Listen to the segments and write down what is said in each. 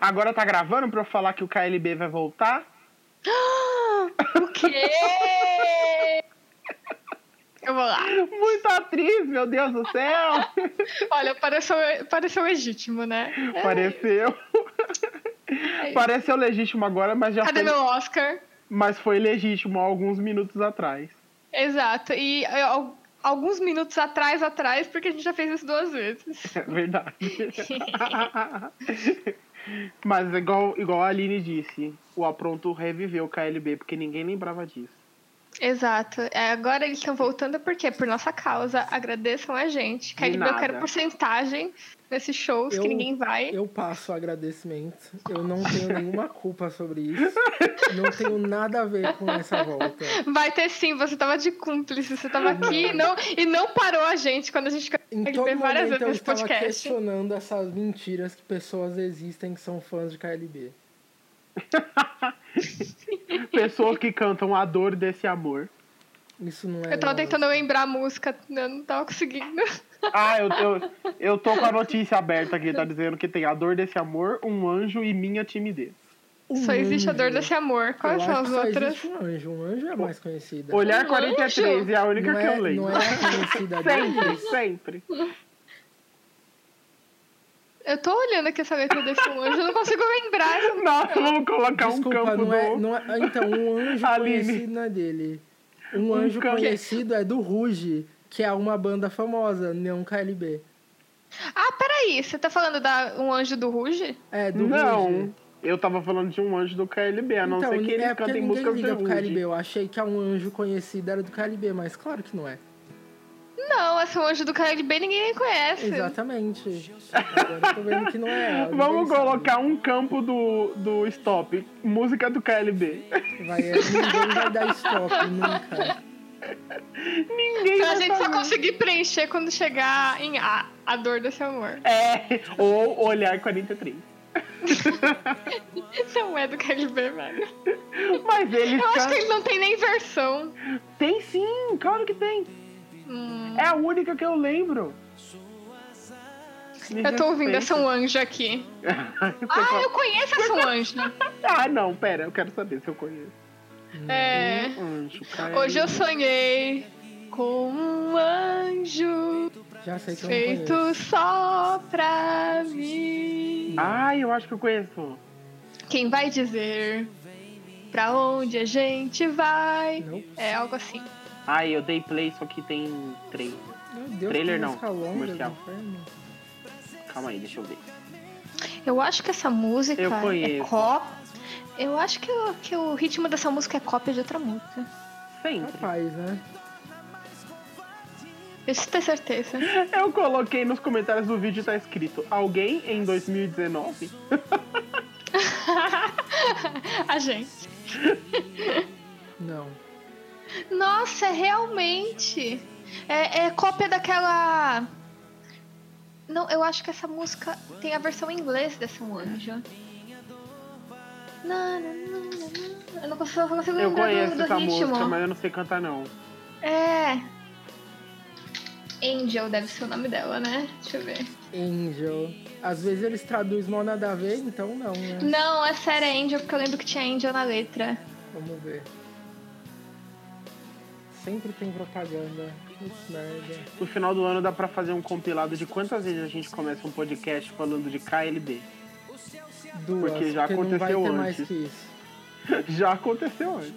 Agora tá gravando pra eu falar que o KLB vai voltar? o quê? Eu vou lá. Muita atriz, meu Deus do céu! Olha, pareceu, pareceu legítimo, né? É. Pareceu. É. Pareceu legítimo agora, mas já Cadê foi. meu Oscar? Mas foi legítimo há alguns minutos atrás. Exato. E é, al- alguns minutos atrás, atrás, porque a gente já fez isso duas vezes. É verdade. mas igual, igual a Aline disse, o apronto reviveu o KLB, porque ninguém lembrava disso. Exato. É, agora eles estão voltando porque por nossa causa. Agradeçam a gente. Caribe, eu nada. quero porcentagem nesses shows Eu- que ninguém vai. Eu passo o agradecimento. Eu não tenho nenhuma culpa sobre isso. Não tenho nada a ver com essa volta. Vai ter sim, você tava de cúmplice, você tava aqui e não, e não parou a gente quando a gente Em Ele todo fez É várias momento vezes eu nesse estava podcast. questionando essas mentiras que pessoas existem que são fãs de KLB. Pessoas que cantam a dor desse amor. Isso não é. Eu tava nada. tentando lembrar a música, eu não tava conseguindo. Ah, eu, eu, eu tô com a notícia aberta aqui, tá dizendo que tem a dor desse amor, um anjo e minha timidez. Um Só existe a dor anjo. desse amor. Eu Quais são acho as que só outras? existe Um anjo. Um anjo é mais conhecida. Olhar Um 43 anjo? é a única não que é, eu lembro. Não é a conhecida Sempre, deles? sempre. Eu tô olhando aqui essa letra desse um anjo, eu não consigo lembrar. essa- Nossa, vamos colocar um Desculpa, campo não é, no- não é. Então, um anjo Aline. conhecido não é dele. Um Um anjo campo- conhecido é do Ruge, que é uma banda famosa, não KLB. Ah, peraí, você tá falando da um anjo do Ruge? É, do Ruge. Não, eu tava falando de um anjo do KLB, a não ser que eles é porque cantem ninguém músicas liga do pro KLB. Ruge. Eu achei que é um anjo conhecido era do KLB, mas claro que não é. Não, esse um anjo do KLB ninguém nem conhece. Exatamente. Agora eu tô vendo que não é. ela, Vamos ninguém sabe. colocar um campo do, do stop, música do KLB. Vai, é, ninguém vai dar stop nunca. Ninguém Pra vai Então gente só saber. conseguir preencher quando chegar em A, a dor desse amor. É, ou Olhar 43. Não é do KLB, velho. Mas eles Eu acho que cantam- ele não tem nem versão. Tem sim, claro que tem. Hum, É a única que eu lembro. Me eu tô ouvindo essa respeita. um anjo aqui. Você Ah, fala- eu conheço essa um anjo. Ah, não, pera, eu quero saber se eu conheço. Um É. Anjo, cara. Hoje eu sonhei com um anjo Já sei que eu não conheço. feito só pra mim. Ai, eu acho que eu conheço. Quem vai dizer pra onde a gente vai? Não. É algo assim. Ai, eu dei play, só que tem três. Meu Deus, Trailer que não, música longa, comercial. do inferno. Calma aí, deixa eu ver. Eu acho que essa música Eu é conheço. cópia. Eu acho que, o- que o ritmo dessa música é cópia de outra música. Sempre. Capaz, né? Isso tem certeza. Eu coloquei nos comentários do vídeo tá escrito Alguém em 2019? a gente. Não. Nossa, é realmente. É, é cópia daquela. Não, eu acho que essa música tem a versão em inglês dessa um anjo. Na, na, na, na, na. Eu não consigo, eu consigo Eu lembrar conheço do, do essa ritmo. música, mas eu não sei cantar não. É. Angel deve ser o nome dela, né? Deixa eu ver. Angel. Às vezes eles traduzem mal nada a ver, então não, né? Não, é sério, é Angel, porque eu lembro que tinha Angel na letra. Vamos ver. Sempre tem propaganda. Putz, merda. No final do ano dá pra fazer um compilado de quantas vezes a gente começa um podcast falando de KLB. Duas, Porque já não vai aconteceu ter antes. mais que isso. Já aconteceu antes.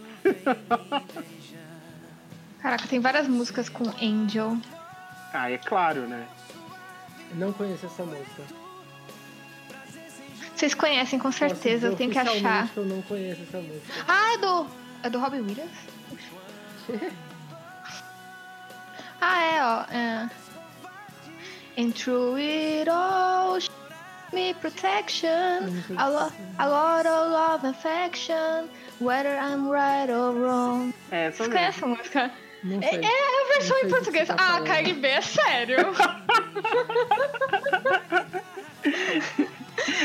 Caraca, tem várias músicas com Angel. Ah, é claro, né? Não conheço essa música. Vocês conhecem com certeza, eu Posso tenho dizer que achar. oficialmente que Eu não conheço essa música. Ah, é do. É do Robin Williams? ah, é, ó. É. And through it all, sh- me protection. A, lo a lot of love and affection. Whether I'm right or wrong. É, essa Vocês mesmo. conhecem essa música? Não É, sei. é a versão Não em sei do que português. você tá ah, falando. KLB é sério.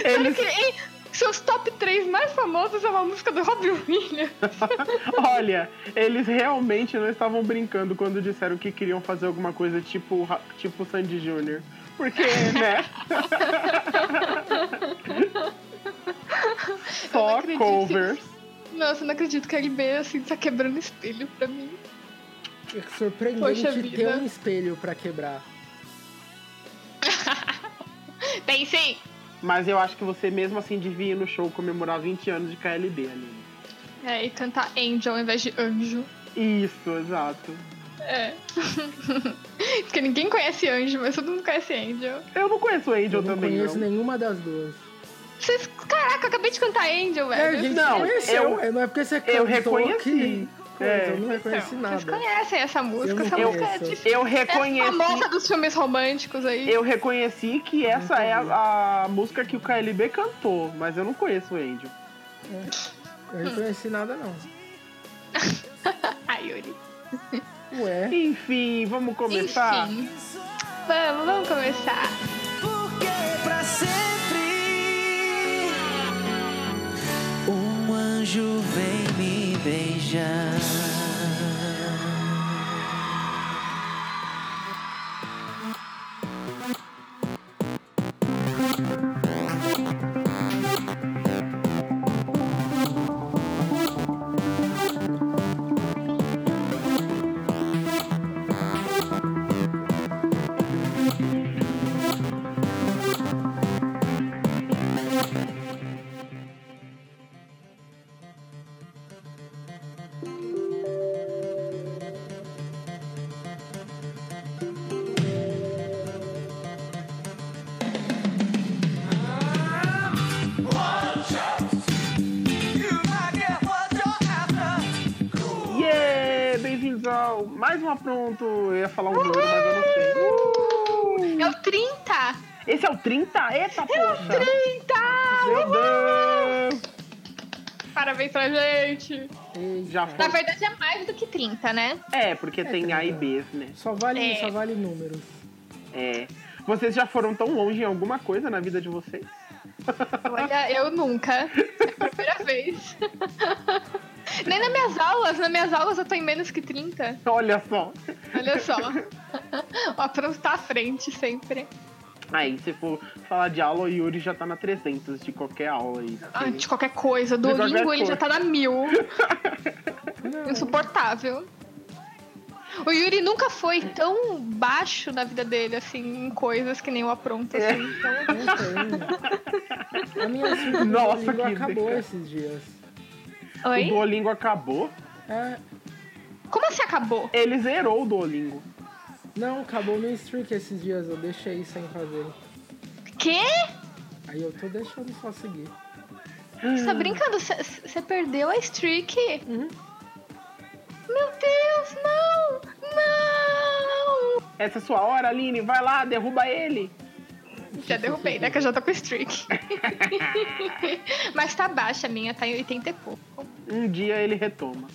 Sabe que, hein, seus top 3 mais famosos é uma música do Robin Williams. Olha, eles realmente não estavam brincando quando disseram que queriam fazer alguma coisa tipo, ra- tipo Sandy Jr. Porque, né? só acredito. covers. Nossa, eu não acredito que a LB assim tá quebrando espelho pra mim. É surpreendente Poxa vida. ter um espelho pra quebrar. Tem sim! Mas eu acho que você mesmo assim devia ir no show comemorar 20 anos de KLB, Aline. É, e cantar Angel ao invés de Anjo. Isso, exato. É. Porque ninguém conhece Anjo, mas todo mundo conhece Angel. Eu não conheço o Angel Eu não também, conheço não. nenhuma das duas. Vocês, caraca, eu acabei de cantar Angel, É, a velho. gente Não, conheceu. eu- é, não é porque você eu cantou reconheci. que coisa, É. eu não reconheci Então, Vocês nada. conhecem essa música? não Essa conheço. música é de Eu É famosa reconheci, dos filmes românticos aí. eu reconheci que essa é a, a música que o KLB cantou, mas eu não conheço o Angel. Eu não reconheci nada, não. Ai, Yuri. Ué. Enfim, vamos começar? Enfim. Vamos, vamos começar. Porque pra sempre um anjo vem me beijar. Yeah! Bem-vindos ao mais um apronto. Eu ia falar um número, mas eu não sei. Uh! É o 30! Esse é o 30? Eita, É o poxa! 30! Tá. Meu Deus! Parabéns pra gente! Ei, Já Na foi. verdade é mais do que 30, né? É, porque tem A e Bs, né? Só vale, É. só vale números. É. Vocês já foram tão longe em alguma coisa na vida de vocês? Olha, eu nunca. É a primeira vez. Nem nas minhas aulas. Nas minhas aulas eu tô em menos que 30. Olha só. Olha só. O apronto tá à frente sempre. Aí, se for falar de aula, o Yuri já tá na 300 de qualquer aula aí. Ah, de qualquer coisa. Do qualquer Lingo ele coisa. já tá na mil. Insuportável. O Yuri nunca foi tão baixo na vida dele, assim, em coisas que nem o apronto, assim. Então, Não tem. A minha surpresa Nossa, língua que acabou deca- esses dias. O Oi? Duolingo acabou. É, Como assim acabou? Ele zerou o Duolingo. não, acabou meu streak esses dias, eu deixei sem fazer. Quê? Aí eu tô deixando só seguir. Você tá brincando? Você perdeu a streak? Uhum. Meu Deus, não! Não! Essa é sua hora, Aline. Vai lá, derruba ele. Já derrubei, né? Que eu já tô com streak. Mas tá baixa a minha, tá em 80 e pouco. Um dia ele retoma.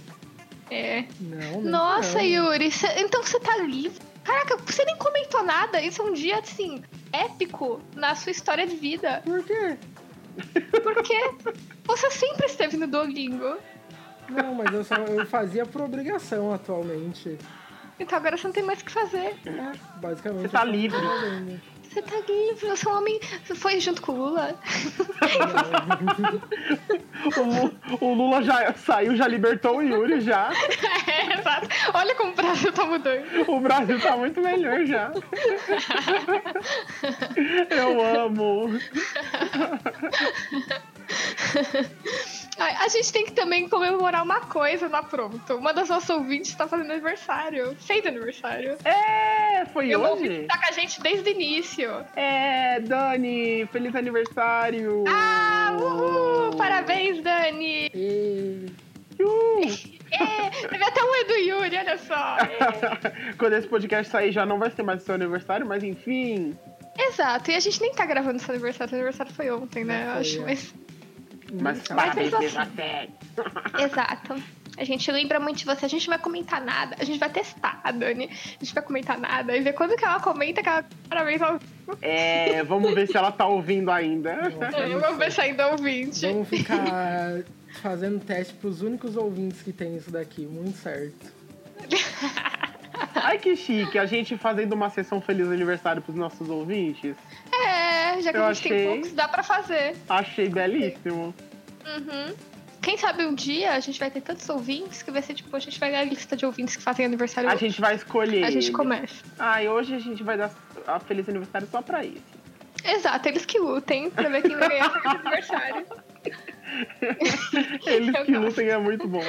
É. Não, não. Nossa, não. Yuri, cê- então você tá livre? Caraca, você nem comentou nada. Isso é um dia, assim, épico na sua história de vida. Por quê? Porque você sempre esteve no Duolingo. Não, mas eu só eu fazia por obrigação atualmente. Então agora você não tem mais o que fazer. É, basicamente. Você tá eu só tô livre. trabalhando. Você tá livre, você é um homem. Você foi junto com o Lula. O, Lu- o Lula já saiu, já libertou o Yuri já. é, exato. Olha como o Brasil tá mudando. O Brasil tá muito melhor já. Eu amo. Ai, A gente tem que também comemorar uma coisa na Pronto. Uma das nossas ouvintes tá fazendo aniversário. Fez aniversário. É, foi E uma ouvinte hoje. que tá com a gente desde o início. É, Dani, feliz aniversário. Ah, uhul! Parabéns, Dani! E... Uhul. É, teve até um Edu Yuri, olha só. Quando esse podcast sair, já não vai ser mais o seu aniversário, mas enfim. Exato, e a gente nem tá gravando esse aniversário, o aniversário foi ontem, né? Eu Foi, acho, é. mas. Mas Tá. parabéns, fez assim. Desafé. Exato. A gente lembra muito de você, a gente não vai comentar nada, a gente vai testar a Dani, a gente vai comentar nada e ver quando que ela comenta que ela parabéns ao. É, vamos ver se ela tá ouvindo ainda. Eu vou ver se ainda é ouvinte. Vamos ficar fazendo teste pros únicos ouvintes que tem isso daqui. Muito certo. Ai, que chique. A gente fazendo uma sessão feliz aniversário pros nossos ouvintes. É, já que Eu a gente achei. tem poucos, dá pra fazer. Achei belíssimo. Uhum. Quem sabe um dia a gente vai ter tantos ouvintes que vai ser tipo, a gente vai dar a lista de ouvintes que fazem aniversário. A hoje. gente vai escolher. a gente ele. começa. Ai, hoje a gente vai dar a feliz aniversário só pra isso. Exato, eles que lutem pra ver quem vai ganhar feliz aniversário. Eles Eu que gosto. lutem é muito bom.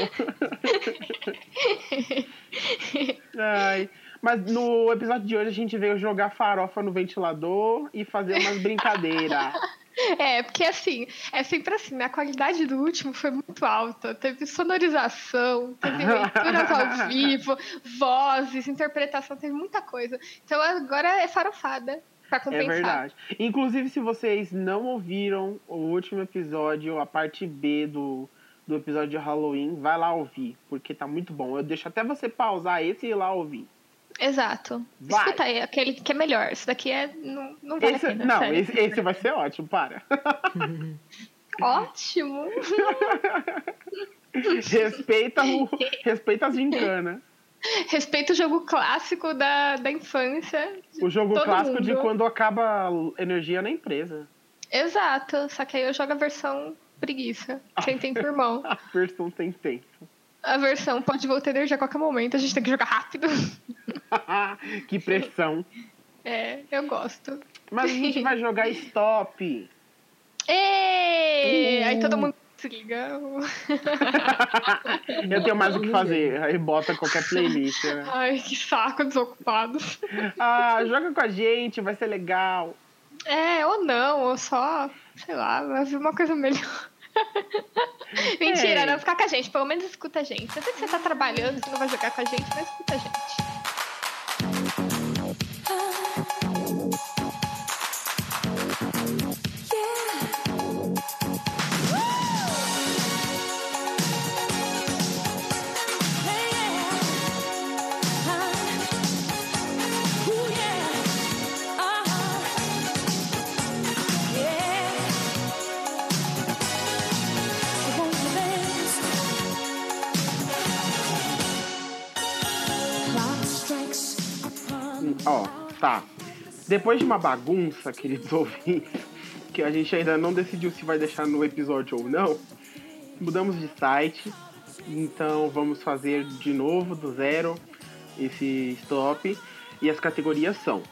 Ai. Mas no episódio de hoje a gente veio jogar farofa no ventilador e fazer umas brincadeiras. É, porque assim, é sempre assim, né? A qualidade do último foi muito alta. Teve sonorização, teve leituras ao vivo, vozes, interpretação, teve muita coisa. Então agora é farofada, pra É compensar. verdade. Inclusive, se vocês não ouviram o último episódio, a parte B do, do episódio de Halloween, vai lá ouvir, porque tá muito bom. Eu deixo até você pausar esse e ir lá ouvir. Exato. Vai. Escuta aí, aquele que é melhor. Isso daqui é, não, não vale Esse- a pena. não, sério. esse, esse vai ser ótimo, para. Ótimo. respeita, o, respeita as gincanas. Respeita o jogo clássico da, da infância. O jogo Todo clássico de mundo. quando acaba a energia na empresa. Exato. Só que aí eu jogo a versão preguiça. Sem tempo, irmão. A versão tem tempo. A versão pode voltar a energia a qualquer momento, a gente tem que jogar rápido. que pressão. É, eu gosto. Mas a gente vai jogar stop. Ê! Aí Uh. todo mundo desliga. Eu tenho mais o que fazer. Aí bota qualquer playlist, né? Ai, que saco, desocupados. Ah, joga com a gente, vai ser legal. É, ou não, ou só, sei lá, vai vir uma coisa melhor. Mentira, É. não ficar com a gente, pelo menos escuta a gente. Eu sei que você tá trabalhando, você não vai jogar com a gente, mas escuta a gente. Ó, tá. Depois de uma bagunça, queridos ouvintes, que a gente ainda não decidiu se vai deixar no episódio ou não, mudamos de site. Então vamos fazer de novo, do zero, esse stop. E as categorias são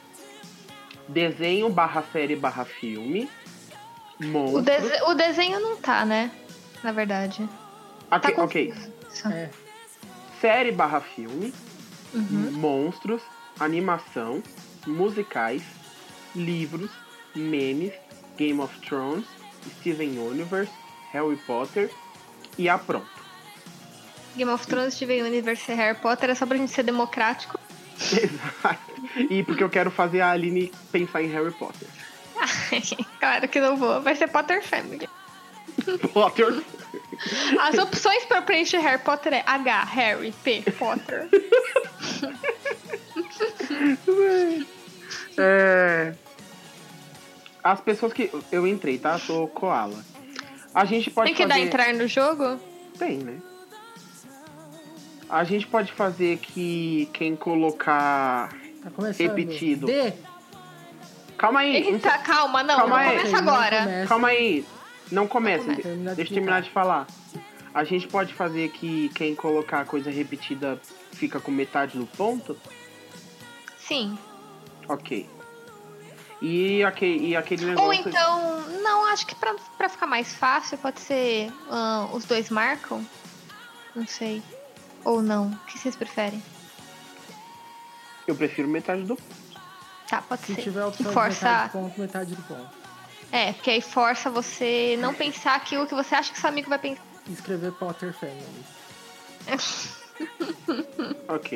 desenho barra série barra filme. Monstro. O, dese- o desenho não tá, né? Na verdade. Ok, Tá com- ok. É. série barra filme, monstros, animação, musicais, livros, memes, Game of Thrones, Steven Universe, Harry Potter e a pronto. Game of Thrones, Steven Universe e Harry Potter é só pra gente ser democrático. Exato. E porque eu quero fazer a Aline pensar em Harry Potter. claro que não vou, vai ser Potter Family. Potter. As opções pra preencher Harry Potter é H, Harry, P, Potter. É, As pessoas que eu entrei, tá? Sou Koala. A gente pode Tem que dar fazer... entrar no jogo? Tem, né? A gente pode fazer que quem colocar. Tá começando. Repetido. D. Calma aí! Eita, calma, não, então. Calma não aí. começa agora. não- Calma aí! Não começa, Não começa. de- deixa eu terminar de falar. A gente pode fazer que quem colocar coisa repetida fica com metade do ponto? Sim. Ok. E, aque- e aquele negócio. Ou então, não, acho que pra, pra ficar mais fácil, pode ser ah, os dois marcam. Não sei. Ou não. O que vocês preferem? Eu prefiro metade do Tá, pode Se ser. tiver a que opção de metade força. do ponto, metade do ponto. É, porque aí força você não pensar aquilo que você acha que seu amigo vai pensar. Escrever Potter Family. Ok.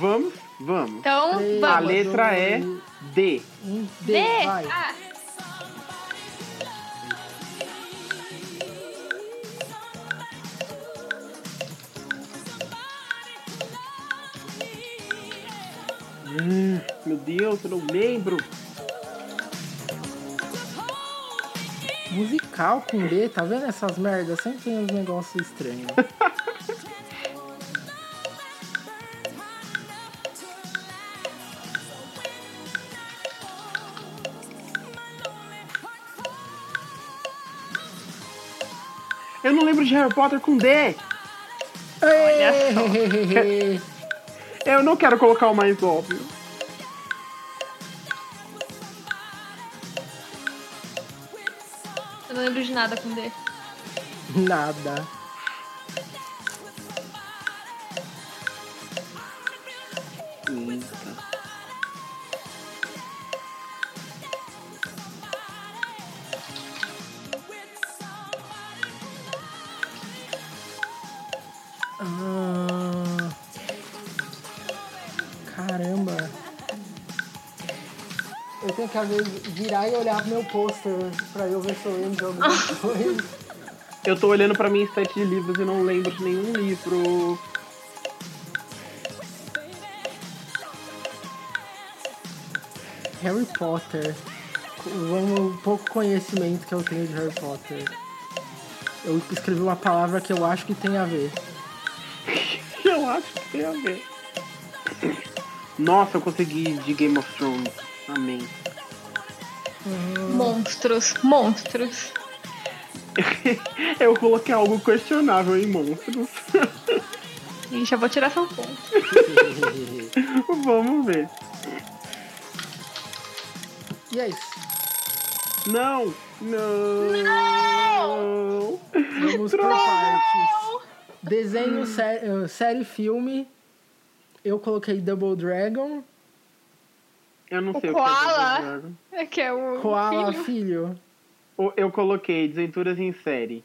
Vamos? Vamos. Então, Três, A vamos. letra é dois, D. Um D. D. Vai. Ah, Meu Deus, eu não lembro. Oh. Musical com D, tá vendo essas merdas? Sempre tem uns negócios estranhos. Eu não lembro de Harry Potter com D. Olha Eu não quero colocar o mais óbvio. Eu não lembro de nada com D. Nada. Ah. Caramba. Eu tenho que às vezes virar e olhar pro meu pôster pra eu ver se eu lembro de alguma coisa. Eu tô olhando pra minha estante de livros e não lembro de nenhum livro. Harry Potter. Vamos, o pouco conhecimento que eu tenho de Harry Potter. Eu escrevi uma palavra que eu acho que tem a ver. Eu acho que tem a ver. Nossa, eu consegui de Game of Thrones. Amém. Monstros, monstros. Eu coloquei algo questionável em monstros. E já vou tirar seu ponto. Vamos ver. E é isso. Não! Não! Vamos por partes. Desenho, sé- eh, série, filme. Eu coloquei Double Dragon. Eu não O sei o koala. que é Double Dragon. É que é o. Koala, filho. filho. O- Eu coloquei Desventuras em Série.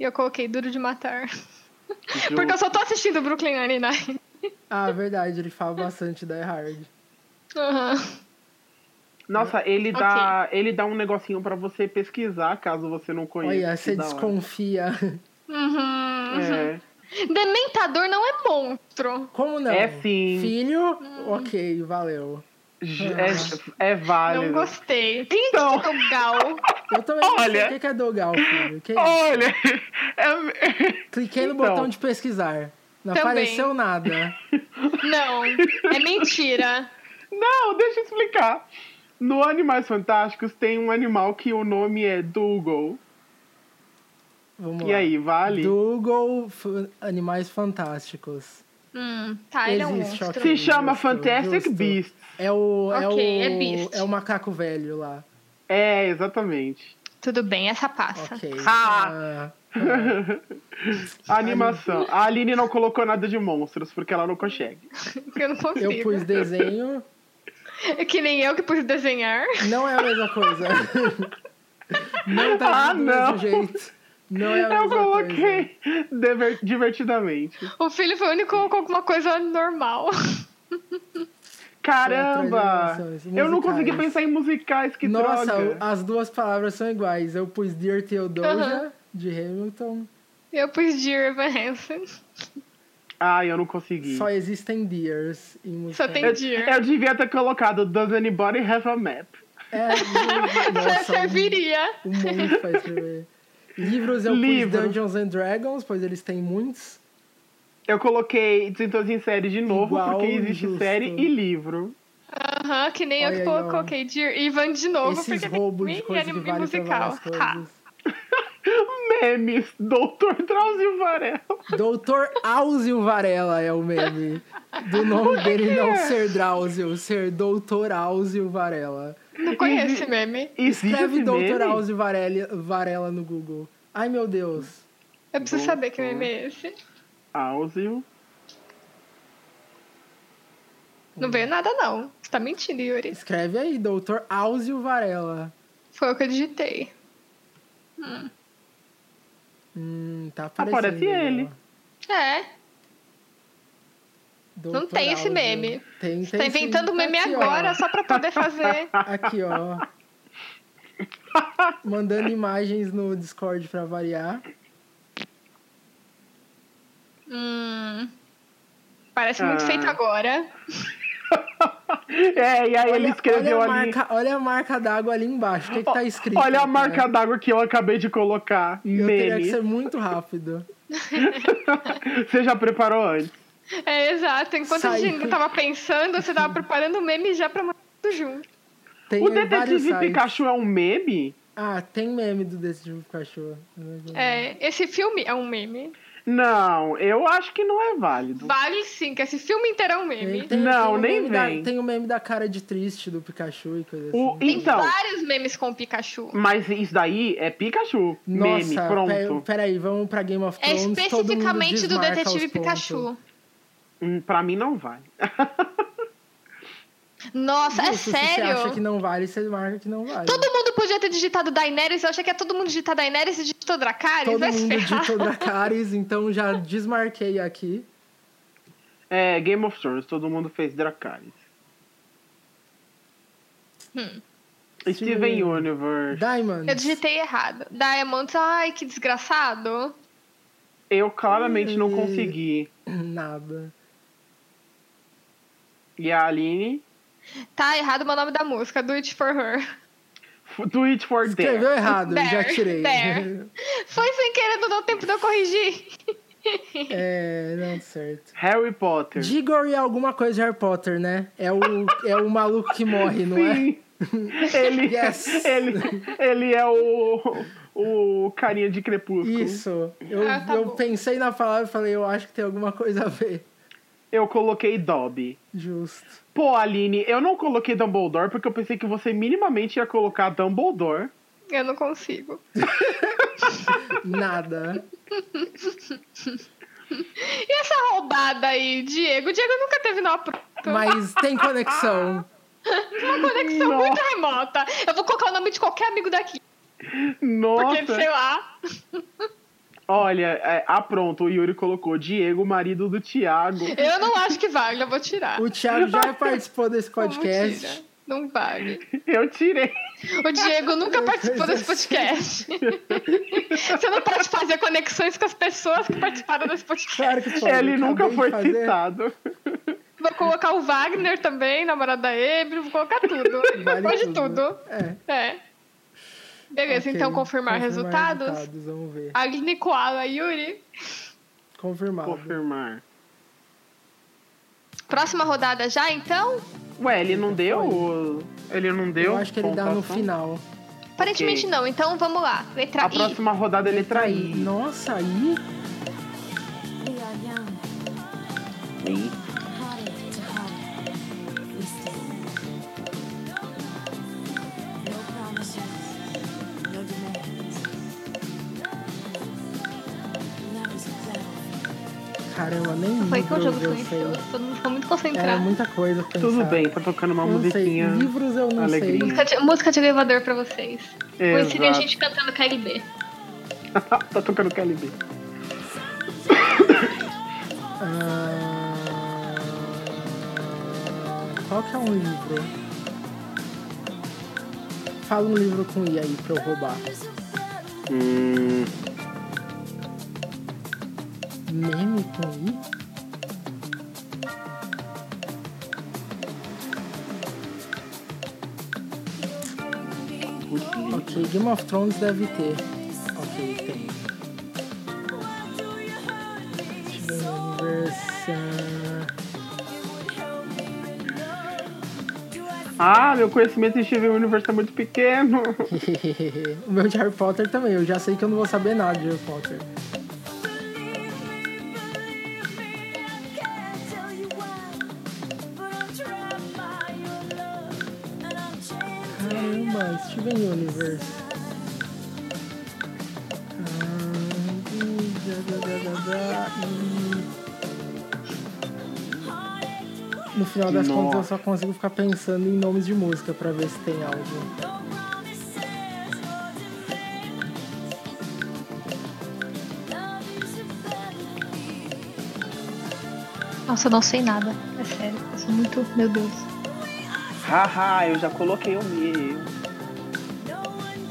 E eu coloquei Duro de Matar. Ju- Porque eu só tô assistindo Brooklyn Nine-Nine. Ah, verdade, ele fala bastante da Hard. Aham. Nossa, ele dá, ele dá um negocinho pra você pesquisar, caso você não conheça. Olha, Que você da hora. desconfia. Uhum. É. Dementador não é monstro. Como não? É sim. Filho? Hum. Ok, valeu. J- É, é válido. Não gostei. Quem Então. que é o Gal? Eu também não sei Olha. o que que é Dogal, filho. Que isso? Olha! é- Cliquei no Então. botão de pesquisar. Não Também. apareceu nada. Não, é mentira. Não, deixa eu explicar. No Animais Fantásticos tem um animal que o nome é Dougal. Vamos E lá. aí, vale? Google F- Animais Fantásticos. Hum, tá, ele é um Existe, monstro. ok. Se chama Justo, Fantastic justo. Beasts. É o. é Ok, o, é Beast. é o macaco velho lá. É, exatamente. Tudo bem, essa passa. Ok. Ah! Ah, É. A animação. A Aline não colocou nada de monstros, porque ela não consegue. Porque eu não consigo. eu pus desenho. É que nem eu que pus desenhar. Não é a mesma coisa. Não tá Ah, do não. mesmo jeito. Não é a mesma Eu coisa. coloquei dever- divertidamente. O filho foi o único com alguma coisa normal. Caramba! São outras Eu não musicais. consegui pensar em musicais, que né? Nossa, droga. as duas palavras são iguais. Eu pus Dear Theodosia, Aham. de Hamilton. Eu pus Dear Evan Hansen. Ai, eu não consegui. Só existem Dears em música. É, Só tem Eu, Dear. eu devia ter colocado Does Anybody Have a Map? É, Já livro- nossa, serviria. um monte pra escrever. Livros eu Livro. pus Dungeons and Dragons, pois eles têm muitos. Eu coloquei Desentos em série de novo, Igual, porque existe justo. série e livro. Aham, que nem Olha eu aí, que ó. coloquei Dear Evan de novo. Esses porque roubos de tem coisa que anime vale pra várias Ha. coisas. Memes, Doutor Drauzio Varela. Doutor Áuzio Varela é o meme. Do nome dele não ser Drauzio, ser Doutor Áuzio Varela. Não conheço esse meme. Existe Escreve esse Doutor meme? Áuzio Varela, Varela no Google. Ai, meu Deus. Eu preciso Bom, saber que bom. meme é esse. Áuzio. Não veio nada, não. Você tá mentindo, Yuri. Escreve aí, Doutor Áuzio Varela. Foi o que eu digitei. Hum, tá aparecendo. Aparece aí, ó. Ah, ele. É. Doutor Não tem esse Áuzio. meme. Tem, Você tá tem sim, inventando tá meme aqui, ó. agora só pra poder fazer. Aqui, ó. Mandando imagens no Discord pra variar. Hum. Parece muito Ah. feito agora. é, e aí ele escreveu olha a ali. marca, olha a marca d'água ali embaixo. O que, que tá escrito? Olha a né? marca d'água que eu acabei de colocar. Eu teria que Meme. ser muito rápido. Você já preparou antes? É, exato. Enquanto a Sai. gente ainda tava pensando, você tava preparando o meme já pra mandar tudo junto. Tem O vários Detetive sites. Pikachu é um meme? Ah, tem meme do desse tipo de cachorro. É, esse filme é um meme. Não, eu acho que não é válido. Vale sim, que esse filme inteiro é um meme. o Não, nem meme da- vem. tem o meme da cara de triste do Pikachu e coisa assim. O, Tem então, vários memes com o Pikachu. mas isso daí é Pikachu. meme, Nossa, pronto. pe- peraí, vamos pra Game of É Thrones. Então, todo mundo especificamente do desmarca Detetive os pontos. Pikachu. Hum, Pra mim não vale. Nossa, é Justo, Se você acha sério. que não vale, você marca que não vale. Todo mundo podia ter digitado Daenerys. Eu achei que é todo mundo digitar Daenerys e digitou Dracarys. Todo Vai se mundo ferrar. digitou Dracarys, então já desmarquei aqui. É Game of Thrones, todo mundo fez Dracarys. Steven Steven- Universe, Diamond. Eu digitei errado. Diamonds, ai, que desgraçado. eu claramente não Hum. consegui. Nada. E a Aline, Tá errado o meu nome da música, Do It For Her. f- do It For Escreveu There. errado, There, já tirei. there. Foi sem querer, não deu tempo de eu corrigir. é, não, certo. Harry Potter. Diggory é alguma coisa de Harry Potter, né? É o, é o maluco que morre, não é? Sim. Ele, Yes. ele, ele é o, o carinha de crepúsculo. Isso. Eu, Ah, tá eu bom. pensei na palavra e falei, eu acho que tem alguma coisa a ver. Eu coloquei Dobby. Justo. Pô, Aline, eu não coloquei Dumbledore porque eu pensei que você minimamente ia colocar Dumbledore. Eu não consigo. Nada. E essa roubada aí, Diego? Diego nunca teve nó pronto. Mas tem conexão. Uma conexão Nossa. muito remota. Eu vou colocar o nome de qualquer amigo daqui. Nossa! Porque, sei lá. Olha, é, ah, pronto, o Yuri colocou Diego, marido do Tiago. Eu não acho que vale, eu vou tirar. O Thiago já participou desse Como podcast. tira? Não vale. Eu tirei. O Diego É, nunca participou desse podcast. assim. Você não pode fazer conexões com as pessoas que participaram desse podcast. Claro que foi. É, Ele eu nunca acabei foi de fazer. citado. Vou colocar o Wagner também, namorado da Ebre, vou colocar tudo. Vale Pode tudo. tudo. É. É. Beleza, ok. então confirmar, resultados. resultados. Vamos ver. Aline Koala Yuri. Confirmado. Confirmar. Próxima rodada já, então? Ué, ele não deu? o- Ele não deu? Eu acho que ele dá no pontuação? final. Aparentemente Ok. não, então vamos lá. Letra A I. próxima rodada ele Tá traí. Nossa, aí. We are young, hearted to heart. We stand. No promises, no demands. Love is a battlefield. Caramba, nem Foi que é um livros jogo eu silencioso, sei. todo mundo fica muito Era É, concentrado. muita coisa pra Tudo pensar. bem, tá tocando uma Eu não sei. musiquinha. Livros eu não Alegria. sei. Música de, música de elevador pra vocês. Vou ensinar a Exato. gente cantando KLB. tá tocando KLB. Ah, Qual que é um livro? Fala um livro com I aí pra eu roubar. Hum, Meme com I? putz, Ok, Game of Thrones deve ter. Ok, tem. Deixa eu ver, Universo. Ah, meu conhecimento em Steven Universe é muito pequeno. o meu de Harry Potter também, eu já sei que eu não vou saber nada de Harry Potter. Can't tell you why, but I'm trapped by your love, and I'm chained Caramba, Steven Universe. Ah, e blá, blá, blá, blá, blá, e- No final das Nossa. contas, eu só consigo ficar pensando em nomes de música pra ver se tem algo. No promises or demands. Love is a battlefield. Nossa, eu não sei nada. É sério. Eu sou muito. Meu Deus. Haha, eu já coloquei um o meu. No one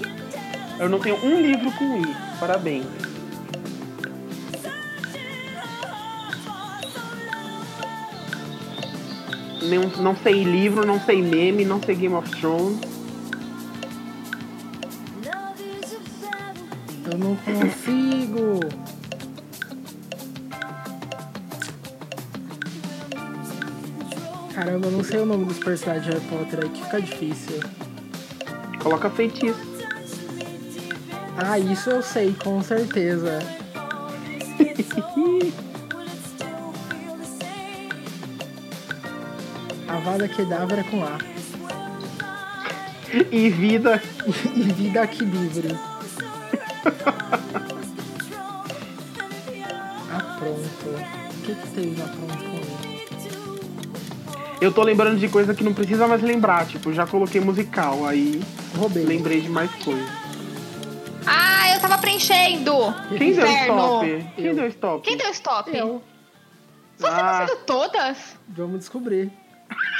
can tell us Eu não tenho um livro com I. Parabéns. Não, um, não sei livro, não sei meme, não sei Game of Thrones. love is a battlefield. Eu não consigo! Caramba, eu não sei o nome dos personagens de Harry Potter aí, que fica difícil. Coloca feitiço. Touch me, Ah, isso eu sei, com certeza. Avada Kedavra com A. E vida. E vida que livre. Apronto. O que, que tem na pronto? Eu tô lembrando de coisa que não precisa mais lembrar. Tipo, já coloquei musical, aí Roubei. lembrei de mais coisa. Ah, eu tava preenchendo! Quem deu Inferno. stop? Quem deu stop? Quem deu stop? Eu. Você Ah. tá sendo todas? Vamos descobrir.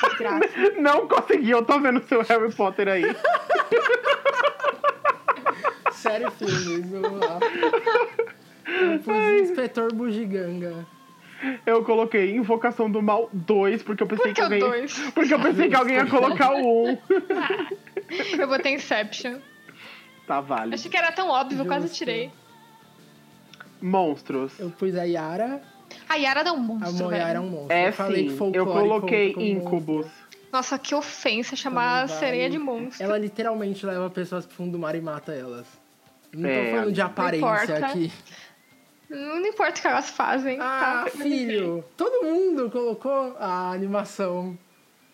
Desgraça. Não consegui, eu tô vendo seu Harry Potter aí. Sério, filme. Vamos lá. Eu pus um Inspetor Bugiganga. Eu coloquei Invocação do Mal 2, porque eu pensei Por que o alguém. dois? Porque eu pensei que alguém ia colocar o 1. Eu botei Inception. Tá, vale. Achei que era tão óbvio, eu quase Justo. tirei. Monstros. Eu pus a Yara. A Yara dá um A monstro, Moyara é velho. um monstro. É eu falei sim, eu folclórico coloquei como- Incubus. Nossa, que ofensa chamar a Vai. sereia de monstro. Ela literalmente leva pessoas pro fundo do mar e mata elas. Não É, tô falando de aparência importa. aqui. Não importa o que elas fazem, Ah, tá? filho, todo mundo colocou a animação.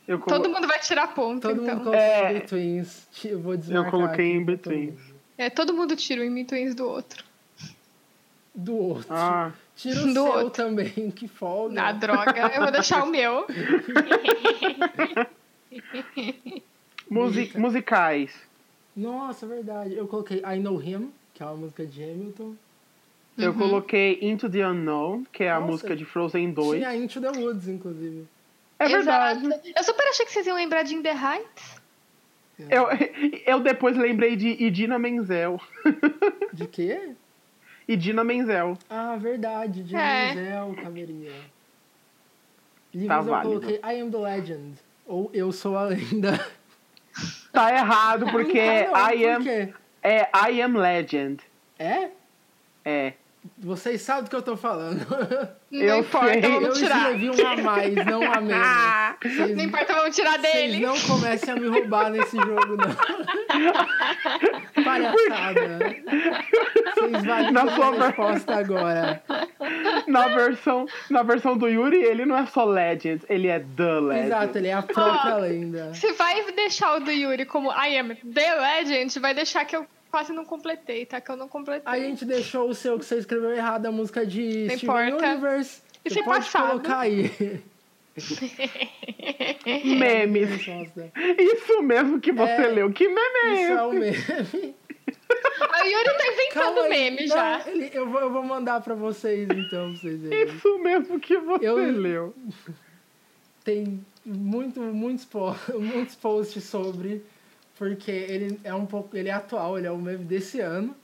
Eu colo- Todo mundo vai tirar ponto, Todo então. mundo colocou É. In Between. Eu vou desmarcar Eu coloquei aqui em pra todo between. mundo. É, todo mundo tira o Imitwins do outro. Do outro. Ah, Tira o Do seu outro. também, que folga. Na Ah, droga, eu vou deixar o meu. musi- musicais. Nossa, verdade. Eu coloquei I Know Him, que é uma música de Hamilton. Eu coloquei Into the Unknown, que é a Uhum. Nossa. música de Frozen 2. Tinha Into the Woods, inclusive. É Exato. verdade. Eu super achei que vocês iam lembrar de In The Heights. Eu, eu depois lembrei de Idina Menzel. De quê? Idina Menzel. Ah, verdade, de É. Mazel Caveirinha. Livros eu Tá válido. coloquei I Am The Legend, ou Eu Sou a Lenda. Tá errado, porque é Não tá não, I am, por quê? é I Am Legend. É? É. Vocês sabem do que eu tô falando. Não Eu importa, sei. Eu vamos tirar. escrevi um a mais, não a menos. Ah, Vocês- não importa, vamos tirar Vocês dele. não comecem a me roubar nesse jogo, não. Palhaçada. Vocês valem Na a sua- resposta agora. Na versão, na versão do Yuri, ele não é só Legend, ele é The Legend. Exato, ele é a própria lenda. Se vai deixar o do Yuri como I am the legend, vai deixar que eu quase não completei, tá? Que eu não completei. A gente deixou o seu que você escreveu errado, a música de Não Steven importa. Universe. Isso Você é pode passado. colocar aí. Memes. Resposta. Isso mesmo que você É. leu. Que meme é um Isso é esse? o meme. O Yuri tá inventando Calma aí. meme Não, já. ele- eu, vou, eu vou mandar pra vocês então, pra vocês verem. Isso mesmo que você Eu- leu. Tem muito, muitos, po- muitos posts sobre, porque ele é um pouco. Ele é atual, ele é o meme desse ano.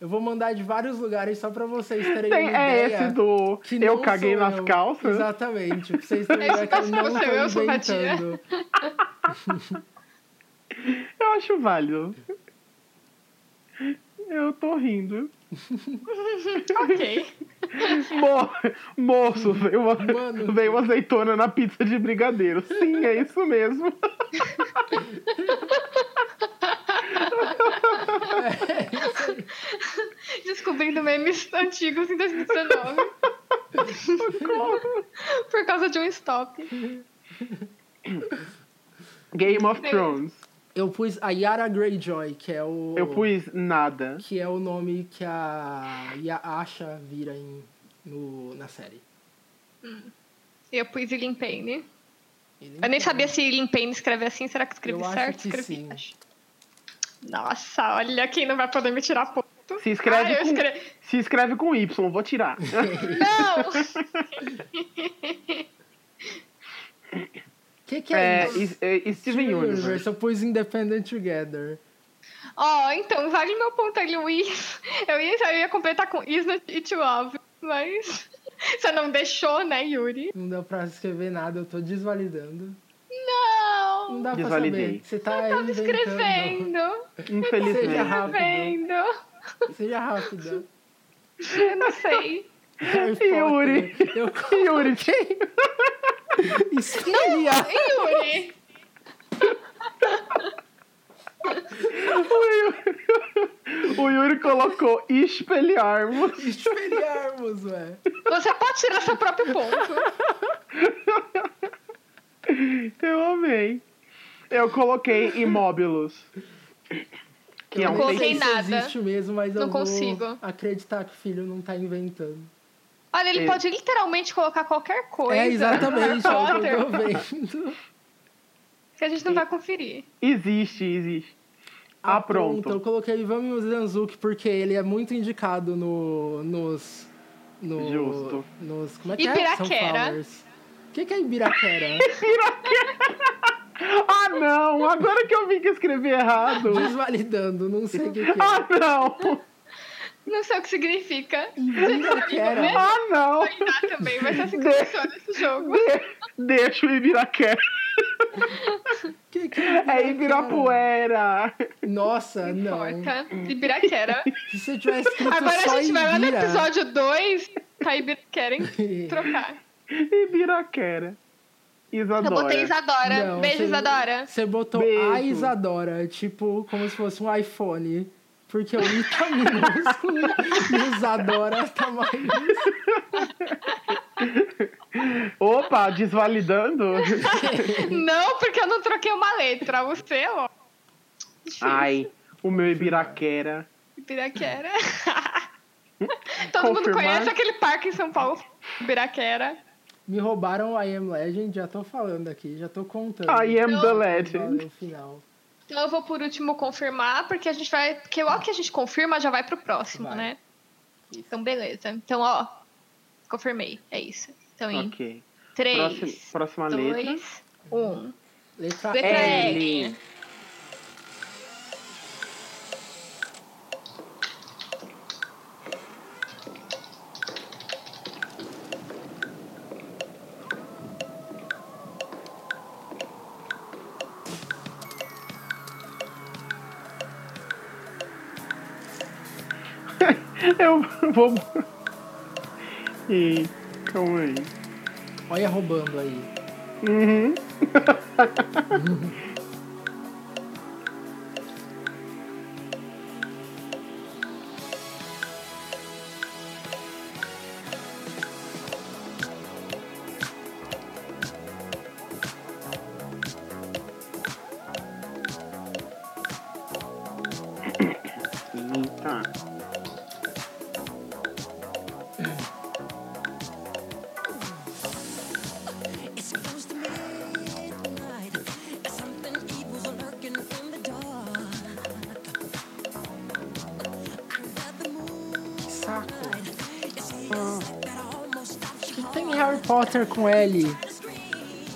Eu vou mandar de vários lugares só pra vocês terem Tem- uma é ideia. esse do que Eu não caguei sou nas eu. calças? É tipo Exatamente. Pra vocês terem Esse ideia que eu passo não você, eu tô sou Fatia. inventando. Eu acho válido. Eu tô rindo. Ok. Mo moço, veio uma, Hum, Mano. veio uma azeitona na pizza de brigadeiro. Sim, é isso mesmo. Descobrindo memes antigos em 2019 por causa de um stop. Game of Thrones. Eu pus a Yara Greyjoy, que é o. Eu pus nada. Que é o nome que a Yasha vira em, no, na série. E eu pus Ilian Payne. Ele é. Eu nem sabia se Ilian Payne escreve assim. Será que escrevi Eu acho certo? que escrevi. sim. acho. Nossa, olha quem não vai poder me tirar ponto. Se escreve Ah, eu com- escre- Se escreve com Y, vou tirar. Não! Que que é, É, isso? is- é, Steven Universe. Eu pus Independent Together. Ó, então, vale meu ponto ali, o Is. Eu ia, eu ia completar com Is not it love, mas você não deixou, né, Yuri? Não deu pra escrever nada, eu tô desvalidando. Não Não! dá pra Desvalidei. saber. Você tá Tava inventando. escrevendo, Tá Seja Infelizmente. rápido. escrevendo. Seja rápida. Eu não sei. Harry Yuri. Potter. né? Eu Yuri, quem? escrevi a... Yuri! O Yuri- O Yuri colocou espelharmos. Espelharmos, ué. Você pode tirar seu próprio ponto. Eu amei. Eu coloquei imóbilos. Que é Eu um fake- coloquei Não sei se nada. existe mesmo, mas eu Não vou consigo. acreditar que o filho não tá inventando. Olha, ele É. pode literalmente colocar qualquer coisa. É, exatamente. é o que Potter. eu tô vendo. Que a gente não vai conferir. Existe, existe. Ah, pronto. Eu coloquei Ivan Mizanzuki porque ele é muito indicado no, nos... No, Justo. Nos, como é que é? Ibiraquera. Sunflowers. O que, que é Ibiraquera? Ah, não! Agora que eu vi que escrevi errado. Desvalidando, não sei o que, que Ah, é. não! Não sei o que significa. tá né? Ibiraquera. Ah, não! Vai dar também, vai ser assim que funciona esse jogo. De- deixa o Ibiraquera. O que, que é É Ibirapuera. Nossa, não. Porta, Ibiraquera. Se você tivesse escrito Agora só a gente vai lá no Ibira- episódio 2, tá Ibiraquera e trocar. Ibiraquera. Isadora. Eu botei Tá Isadora. Não, Beijo, você- Isadora. Você botou a Beijo. Isadora, tipo, como se fosse um iPhone. Porque o I tá minúsculo e o Isadora tá maiúsculo. Opa, desvalidando? Não, porque eu não troquei uma letra. é O seu, ó. Ai, o meu Ibiraquera. Ibiraquera. Todo mundo Confirmar. conhece aquele parque em São Paulo. Ibiraquera. Me roubaram o I Am Legend, já tô falando aqui, já tô contando. I am the Não. legend. No final. Então eu vou por último confirmar, porque a gente vai. Porque logo que a gente confirma, já vai pro próximo, Vai. né? Então, beleza. Então, ó, confirmei. É isso. Então, em Ok. Próxima, 3, próxima letra. 2, 1. Letra Letra L. L. Eu vou. Ih, calma aí. Olha roubando aí. Uhum. Tá. It's close to midnight, and something evil's lurking in the dark. Under the moonlight, Que saco. it feels like that I almost stopped you. O que tem em Harry Potter com L?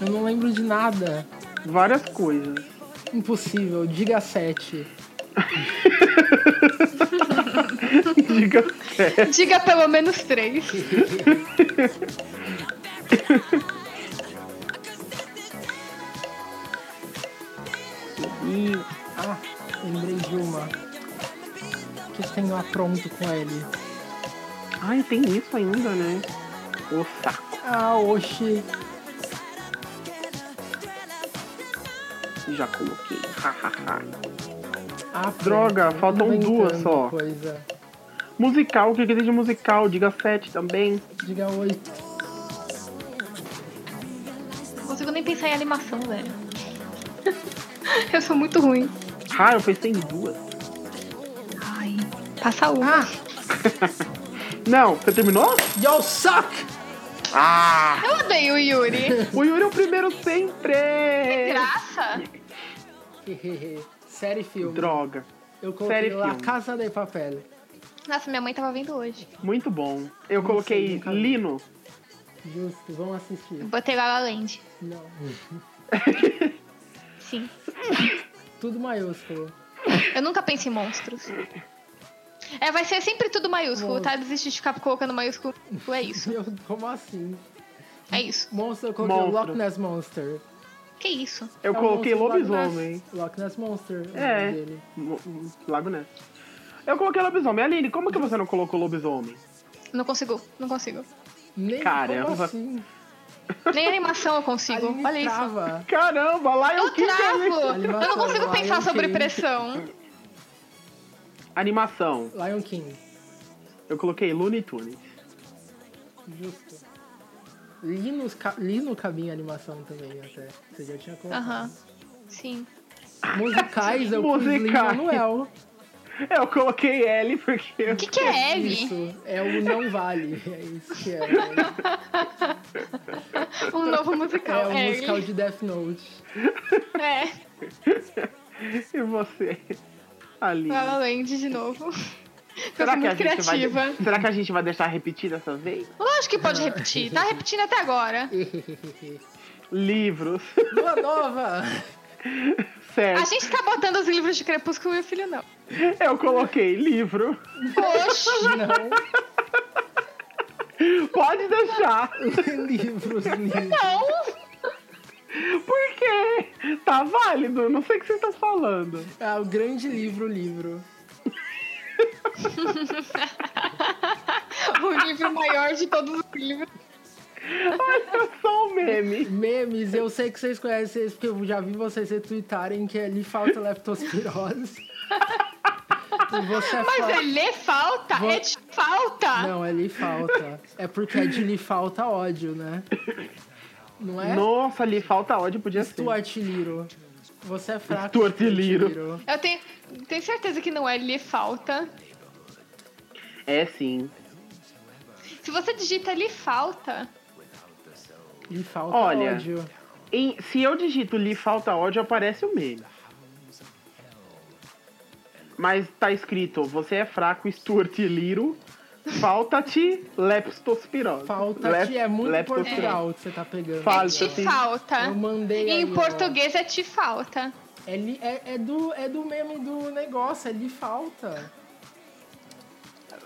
Eu não lembro de nada. Várias coisas. Impossível, diga 7. Diga sério. Diga pelo menos 3. Ih, Ah, lembrei de uma. O que tem lá pronto com L? Ai, tem isso ainda, né? O saco. Ah, oxi. Já coloquei. Hahaha. Ah, pronto. Droga, Tô faltam duas inventando só. Coisa. musical, o que que tem de musical? Diga 7 também. Diga oito. Não consigo nem pensar em animação, velho. eu sou muito ruim. Ah, eu pensei em duas. Ai, passa uma. Ah, Não, você terminou? yo, suck! Ah! Eu odeio o Yuri. O Yuri é o primeiro sempre! Graça. Série e filme. Droga. Eu coloquei série e lá filme. Casa de Papel. Nossa, minha mãe tava vendo hoje. Muito bom. Eu coloquei nunca vi. Lino. Justo, vamos Eu assistir. botei lá La Land. Não. Sim. Tudo maiúsculo. Eu nunca penso em monstros. É, vai ser sempre tudo maiúsculo, tá? Desiste de ficar colocando maiúsculo. É isso. Meu, como assim? É isso. Monster, eu coloquei Monstro. o Loch Ness Monster. Que isso? Eu É o coloquei monstro do Loch lobisomem. Ness. Loch Ness Monster. o É. nome dele. Mo- mo- Lago Ness. Eu coloquei lobisomem. Aline, como que você não colocou lobisomem? Não consigo, não consigo. Nem, Como Caramba. assim? Nem animação eu consigo. Aline Olha isso. trava. Caramba, lá eu Eu que travo! Eu não Animação, consigo lá pensar eu sobre que- pressão. Animação. Lion King. Eu coloquei Looney Tunes. Justo. Li, nos, ca- li no caminho a animação também, até. Você já tinha colocado. Aham. Sim. Musicais, eu pus Lin Musicais. Manuel. Eu coloquei L porque. O que, que é L? Isso, é o não vale. É isso que é. Um novo É musical. o L. musical de Death Note. É, E você? Ali. La La Land de novo. Eu Será fui que, a muito gente vai, criativa. de- será que a gente vai deixar repetir dessa vez? Lógico que pode repetir. Tá repetindo até agora. Livros. Lua Nova! A certo. gente tá botando os livros de Crepúsculo e o filho não. Eu coloquei livro. Poxa, Não, Pode deixar. livros, livros. não! Por quê? Tá válido. Não sei o que vocês estão falando. Ah, o grande livro, livro. O livro maior de todos os livros. Ai, eu sou um meme. Memes, eu sei que vocês conhecem esse, porque eu já vi vocês retweetarem que ali falta leptospirose. e você é Mas fa- é lê falta? Vou- É de falta? Não, ali falta. É porque é de lhe falta ódio, né? Não é? Nossa, ali falta ódio, podia ser. Stuart Little. Você é fraco. Stuart Little. Eu tenho, tenho certeza que não é lê falta. É sim. Se você digita lhe falta, é Lhe falta é Olha. ódio. Em- se eu digito li falta ódio, aparece o meme. Mas tá escrito, você é fraco, Stuart Liro, falta-te leptospirose. Falta Lep- que é muito leptospirose. Portugal que você tá pegando. é Falta, te sim. falta. Eu mandei aí, Em ó. português é te falta. É, li- é- é do, é do meme do negócio, é lhe falta.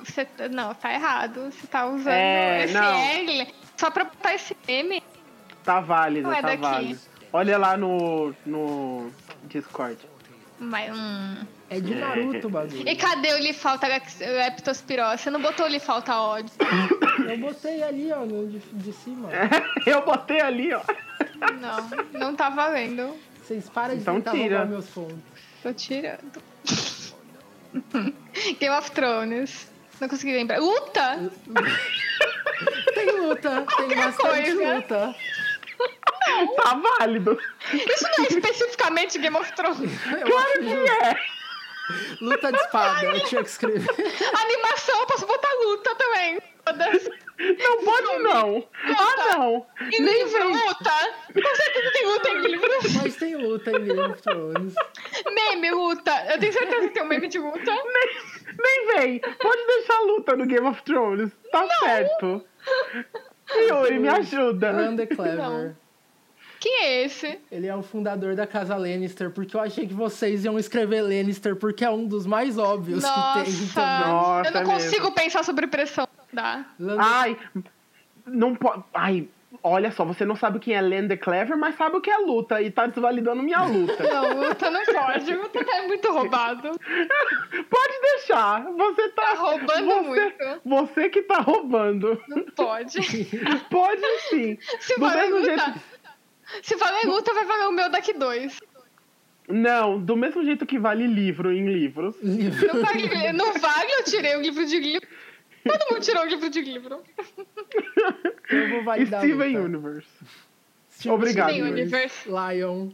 Você, não, tá errado. Você tá usando É, esse não. L só pra botar esse meme. Tá válido, Não é tá daqui. válido. Olha lá no, no Discord. Mas, hum. É de Naruto o bagulho. E cadê o lhe falta lex- leptospirose? Você não botou lhe falta ódio. Eu botei ali, ó, no de, de cima. Eu botei ali, ó. Não, não tá valendo. Vocês param de Então tentar tira. roubar meus pontos. Tô tirando. Game of Thrones. Não consegui lembrar. Luta! Tem luta, tem bastante coisa. luta. Tá válido. Isso não é especificamente Game of Thrones. Claro que é. Luta de espada, eu tinha que escrever. Animação, eu posso botar luta também. Foda-se. Não pode não. Então, é, Ah, não. E livro, luta. Com certeza tem luta em livro. Mas tem luta em Game of Thrones. Meme, luta. Eu tenho certeza que tem um meme de luta. Nem vem. Pode deixar a luta no Game of Thrones. Tá certo. Yuri, me ajuda. Alan the Clever. Quem é esse? Ele é o fundador da casa Lannister, porque eu achei que vocês iam escrever Lannister, porque é um dos mais óbvios Nossa. que tem. Então, Nossa, eu não é consigo mesmo. pensar sobre pressão. Dá. Lan- Ai, não pode. Ai, olha só, você não sabe quem é Lander Clever, mas sabe o que é luta e tá desvalidando minha luta. Não, luta não pode. Luta é muito roubado. pode deixar. Você tá, Tá roubando você, muito. Você que tá roubando. Não pode. Pode sim. Se Do valer mesmo luta. jeito- Se valer luta, vai valer o meu daqui dois. Não, do mesmo jeito que vale livro em livros. livro. Não vale, não vale, eu tirei o livro de livro. Todo mundo tirou o livro de livro. Eu vou validar a Steven luta. Universe. Steven Obrigado, Steven Universe. Universe. Lion.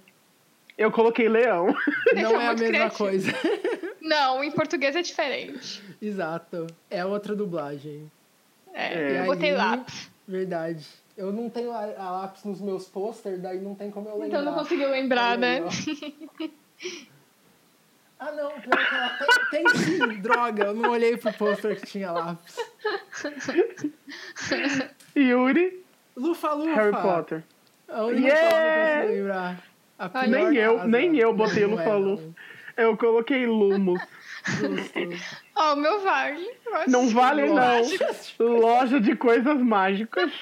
Eu coloquei leão. Esse Não é a muito mesma criativo. coisa. Não, em português é diferente. Exato. É outra dublagem. É, É. eu botei Aí- lápis. Verdade. Eu não tenho a, a lápis nos meus pôster, daí não tem como eu lembrar. Então não conseguiu lembrar, né? Olha aí, ó. Ah, não. Pior que ela tem, tem sim. Droga, eu não olhei pro pôster que tinha lápis. Yuri, Lufa Lufa. Harry Potter. A única Yeah! forma que eu consigo lembrar. A pior Nem eu, casa. nem eu botei Não é, Lufa Lufa. Eu coloquei Lumos. não. Justo. Ó, o meu vale. Eu acho Não que- vale, não. Lógico. Loja de coisas mágicas.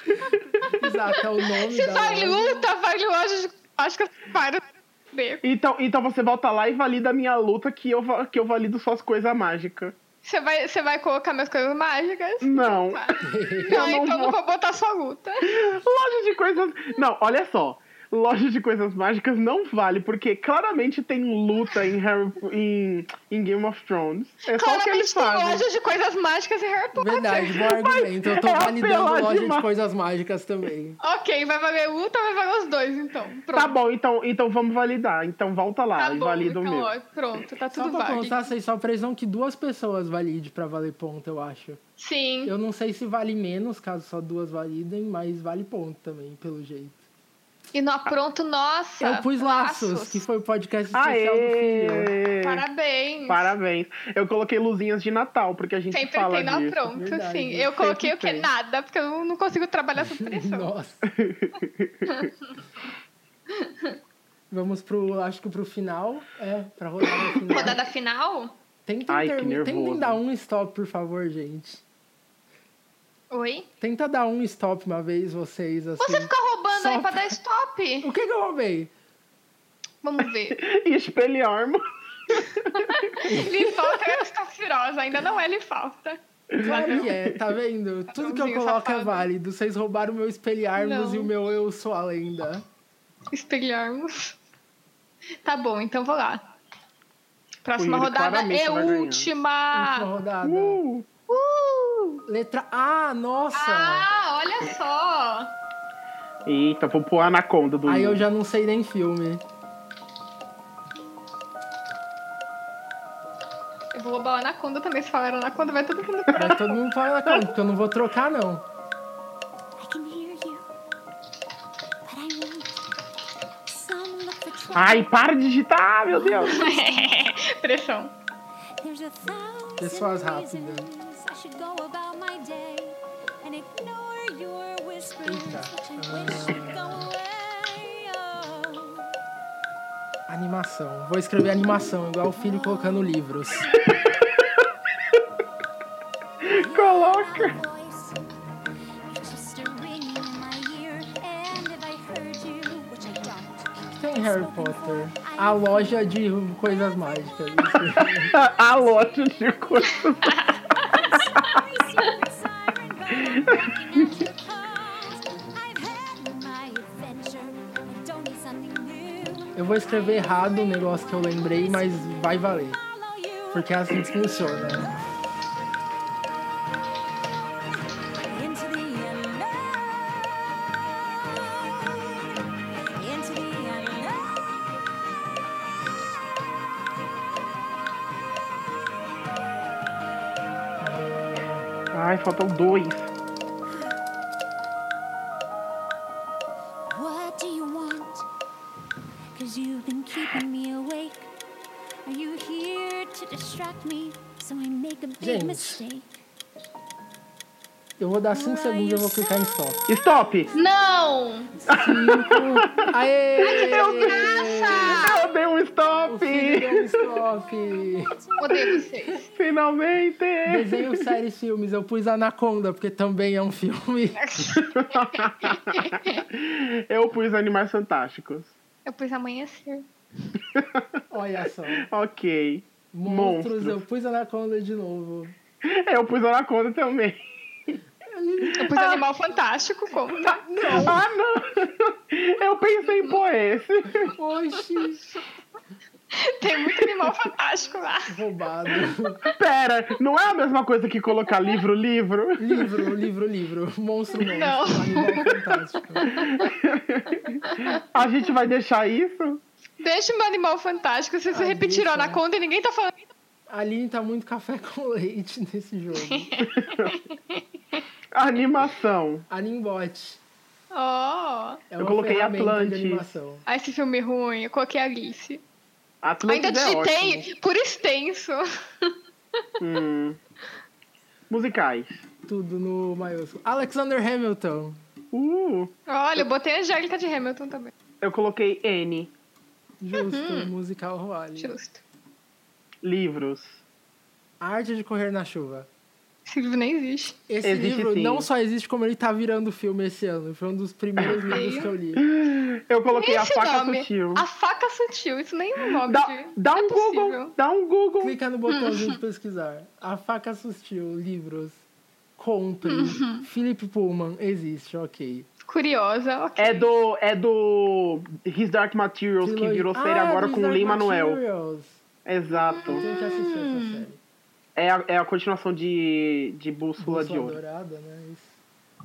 Exato, é o nome Se da vale loja. luta, vale loja. Acho que eu paro. de beco. Então, então você volta lá e valida a minha luta que eu, va- que eu valido suas coisas mágicas. Você vai, você vai colocar minhas coisas mágicas? Não. Tá. Não, não então não vou. É vou botar sua luta. Loja de coisas. Não, olha só. loja de coisas mágicas não vale, porque claramente tem luta em, Harry, em, em Game of Thrones. É só o que eles Claramente tem fazem. loja de coisas mágicas e Harry Potter. Verdade, bom argumento. Eu tô é validando apelar loja de demais. coisas mágicas também. Ok, vai valer um, então vai valer os dois, então. Pronto. Tá bom, então, então vamos validar. Então volta lá Tá e bom, valida o então, meu. ó, pronto, tá Só tudo pra válido. contar, vocês só precisam que duas pessoas valide pra valer ponto, eu acho. Sim. Eu não sei se vale menos, caso só duas validem, mas vale ponto também, pelo jeito. E no apronto, nossa. Eu pus Laços, Tá. laços. que foi o podcast especial é do Filho. Aê! Parabéns. Parabéns. Eu coloquei luzinhas de Natal, porque a gente Sempre fala tem no disso. apronto, verdade, sim. Eu sempre coloquei o que? tem. Nada, porque eu não consigo trabalhar sob pressão. Nossa. Vamos pro, acho que pro final. É, pra rodada final. Rodada final? Tentem, Ai, que termi- tentem nervoso. dar um stop, por favor, gente. Oi? Tenta dar um stop uma vez, vocês, assim. Você fica roubando Só- aí pra dar stop? O que que eu roubei? Vamos ver. E espelharmo. Lifalta é estafirosa, ainda não é Lifalta. Claro que é, tá vendo? Tudo que eu Ladrãozinho coloco é safado. válido. válido. Vocês roubaram o meu espelharmos Não. e o meu eu sou a lenda. Espelharmos. Tá bom, então vou lá. Próxima O Yuri rodada claramente é vai ganhar. Última última. rodada. Uh, Uh! Letra A, nossa! Ah, olha só. Eita, vou pôr a anaconda do Aí eu já não sei nem filme. Eu vou roubar a Anaconda também. Se falaram Anaconda, vai todo mundo Vai todo mundo falar na conta, porque eu não vou trocar, não. I can hear you, but I won't. Someone look for trouble. Ai, para de digitar, ah, meu Deus. Pressão. There's a thousand Pessoas rápidas. reasons I should go about my day and ignore your whispers, Eita. which I wish would go away. Oh. Animação. Vou escrever animação, igual o filho colocando livros. Coloca. Oh, voice. It's just a ringing in my ear, and if I heard you, which I don't, Tem Harry Potter. A loja de coisas mágicas. A loja de coisas. my secret siren goes barking out your calls. I've had my adventure. I don't need something new. Eu vou escrever errado o negócio que eu lembrei, mas vai valer. Follow you Porque é assim que funciona. né? into the unknown. Into the unknown. Ai, faltam dois. What do you want? Cause you've been keeping me awake. Are you here to distract me so I make a big James. mistake? Eu vou dar 5 segundos e eu vou clicar em stop. Stop! Não! Aê! Eu dei um O stop! filho deu um stop! Odeio vocês. Finalmente! Desenho, séries, filmes. Eu pus Anaconda, porque também é um filme. Eu pus Animais Fantásticos. Eu pus amanhecer. Olha só. Ok. Monstros, Monstros. eu pus Anaconda de novo. Eu pus Anaconda também. Eu pus animal fantástico, como tá? Ah, não! Eu pensei em pôr esse. Oxi, Tem muito animal fantástico lá. roubado. Pera, não é a mesma coisa que colocar livro, livro? Livro, livro, livro. Monstro, monstro. Não. Animal fantástico. A gente vai deixar isso? Deixa o meu animal fantástico. Vocês Ah, repetiram deixa, né? Anaconda e ninguém tá falando. A Aline tá muito café com leite nesse jogo. Animação. Animbot. Ó. É Eu uma coloquei ferramenta Atlantis. de animação. Ah, esse filme ruim. Eu coloquei Alice. Atlantis Ainda é ótimo. digitei por extenso. Hum. Musicais. Tudo no maiúsculo. Alexander Hamilton. Uh, Olha, eu botei a Angélica de Hamilton também. eu coloquei N. Justo, musical Roale. Uhum. Justo. Livros. A arte de correr na chuva. Esse livro nem existe. Esse Existe livro sim. não só existe, como ele tá virando filme esse ano. Foi um dos primeiros livros que eu li. Eu coloquei a Esse faca nome. sutil. A faca sutil. Isso nem é um nome Dá, de... dá não um é possível. Google. Dá um Google. Clica Uhum. no botãozinho de pesquisar. A faca Uhum. sutil, livros. Compre. Philip Pullman, existe, ok. Curiosa, ok. É do, é do His Dark Materials que virou série Ah, agora dos com o Dark Lee Manuel. Materials. Exato. Tem que assistir Hum. essa série. É a, é a continuação de, de Bússola, de Bússola Ouro. Dourada, né? Isso.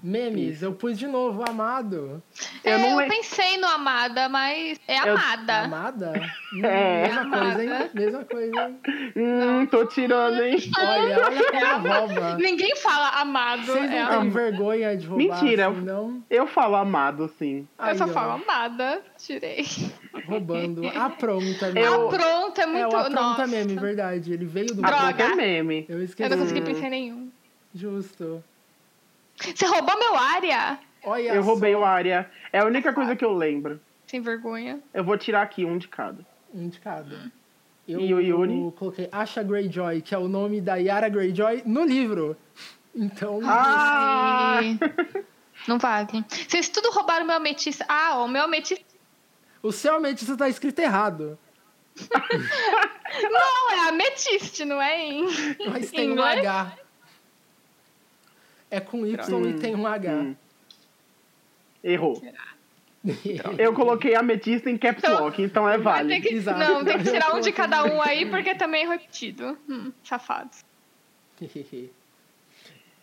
Memes, eu pus de novo, amado. Eu É, não eu le- pensei no Amada, mas é Eu- Amada. Amada? É. Mesma coisa, hein? Amada. Mesma coisa, hein? Hum, tô tirando, hein? Olha, olha como ela rouba. Ninguém fala Amado. Vocês é não Amada. têm vergonha de roubar Mentira. assim, não? Eu falo amado, sim. Eu Aí, só ó, falo Amada. Tirei. Roubando. A pronta mesmo. Eu- Ah, pronto, é É, muito. o apronta Nossa. meme, verdade. Ele veio do... A Droga. boca é meme. Eu Eu esqueci. não consegui pensar em nenhum. Justo. Você roubou meu área? Olha Eu só. roubei o área. É a única coisa que eu lembro. Sem vergonha. Eu vou tirar aqui um de cada. Indicado. E o Yuri? coloquei Asha Greyjoy, que é o nome da Yara Greyjoy, no livro. Então, Ah! Sim. Não vale. Vocês tudo roubaram meu ametista. Ah, o meu ametista o seu ametista tá escrito errado. Não, é ametiste, não é em. Mas tem um Inglês? H. É com Y e tem um H. Hum. Errou. Eu coloquei ametista em caps Então, lock, então é Vai ter vale. que- Exato. Não, tem que tirar um de Eu cada um aí, porque também é repetido. Hum, safados.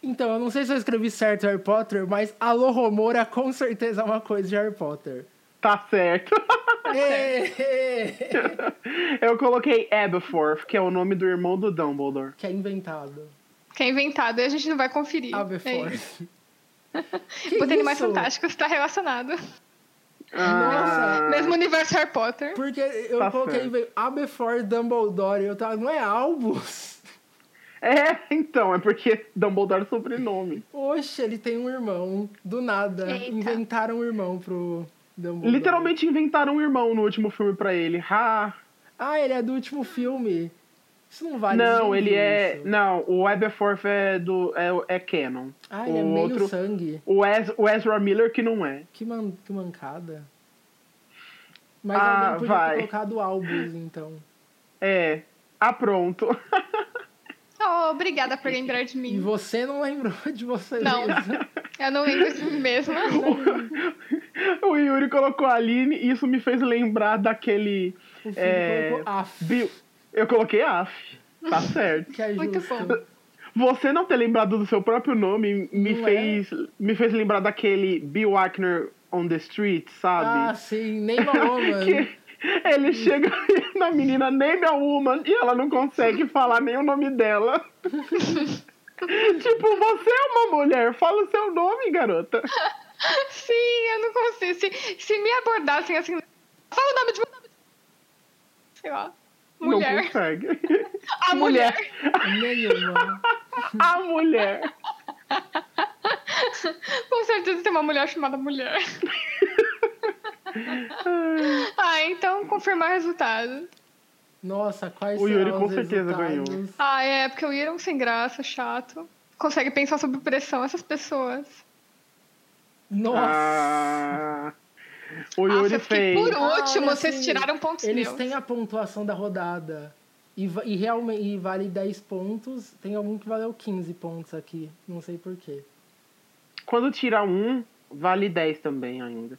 então, eu não sei se eu escrevi certo Harry Potter, mas Alô Romora com certeza é uma coisa de Harry Potter. Tá certo. Ê! Eu coloquei Aberforth, que é o nome do irmão do Dumbledore. que é inventado. Que é inventado e a gente não vai conferir. Ah, É isso. Aberforth. Que Os é Animais isso? Fantásticos tá relacionado. Ah. Nossa. Mesmo universo Harry Potter. Ah, Porque eu Tá coloquei certo. veio A Before Dumbledore, eu tava, não é Albus? É, então, é porque Dumbledore é sobrenome. Oxe, ele tem um irmão, do nada. Eita. Inventaram um irmão pro Dumbledore. Literalmente inventaram um irmão no último filme pra ele. Ha! Ah, ele é do último filme. Isso não vale. não, ninguém ele viu é. isso. Não, o Aberforth é do. é, é Canon. Ah, o ele é meio um outro. sangue. O, Ez, o Ezra Miller que não é. Que, man, que mancada. Mas Ah, alguém podia vai. ter colocado Albus, então. É. Ah, pronto. Oh, obrigada por lembrar de E mim. você não lembrou de você Não. mesmo. Eu não lembro de mim mesma. o Yuri colocou a Aline e isso me fez lembrar daquele. O filho É. colocou Af, Bill. Eu coloquei AF. Tá certo. que é justo. Muito bom. Você não ter lembrado do seu próprio nome me Não é? fez, me fez lembrar daquele Bill Ackner on the street, Ah, sabe? sim, nem falou, mano. que ele chega na menina Name a Woman e ela não consegue falar nem o nome dela. tipo, você é uma mulher, fala o seu nome, garota. Sim, eu não consigo. Se, se me abordassem assim. Fala o nome de. Sei lá. Não Mulher. consegue. A mulher. Nenhuma. A mulher. Com certeza tem uma mulher chamada mulher. ah, então confirmar o resultado. Nossa, quais O Yuri serão com os certeza resultados? ganhou. Ah, é, porque o Ira é um sem graça, chato. Consegue pensar sob pressão essas pessoas. Nossa! Ah, o Nossa, Yuri eu fiquei fez. Por último, olha, vocês assim, tiraram pontos Eles meus. têm a pontuação da rodada. E, va- e realmente e vale 10 pontos. Tem algum que valeu 15 pontos aqui. Não sei porquê. Quando tira um, vale 10 também ainda.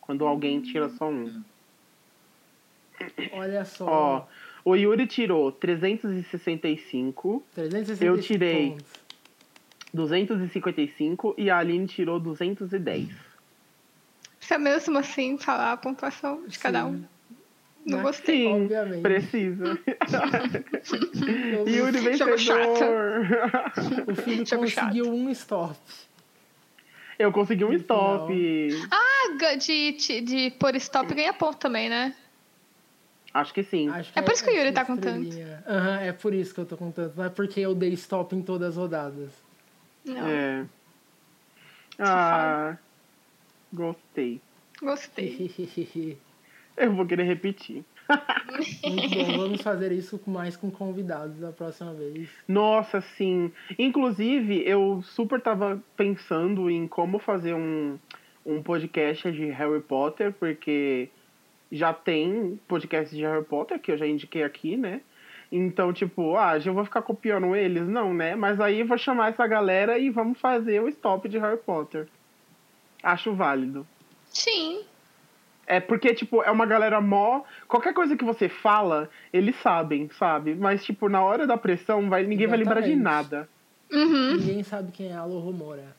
Quando alguém tira só Hum. um. Olha só. Ó, o Yuri tirou 365, 365 eu tirei. pontos. 255 e a Aline tirou 210. Precisa mesmo assim falar a pontuação de cada um. Não Né? gostei. Sim, Obviamente. precisa. Eu- Yuri Jogo vencedor. O filho Jogo conseguiu um stop. Eu consegui um No final. stop. Ah, ga- de, de, de pôr stop ganha ponto também, né? Acho que sim. Acho É por isso que o Yuri tá essa contando. estrelinha. Aham, é por isso que eu tô contando. Não é porque eu dei stop em todas as rodadas. Não, É. Ah, gostei. gostei. Eu vou querer repetir. Muito bom, vamos fazer isso com- mais com convidados da próxima vez. Nossa, sim. Inclusive, eu super tava pensando em como fazer um, um podcast de Harry Potter, porque já tem podcast de Harry Potter que eu já indiquei aqui, né? Então, tipo, ah, já vou ficar copiando eles? Não, né? Mas aí eu vou chamar essa galera e vamos fazer o stop de Harry Potter. Acho válido. Sim. É porque, tipo, é uma galera mó. Qualquer coisa que você fala, eles sabem, sabe? Mas, tipo, na hora da pressão, vai, ninguém vai lembrar de Exatamente. nada. Uhum. Ninguém sabe quem é a Alô Romora.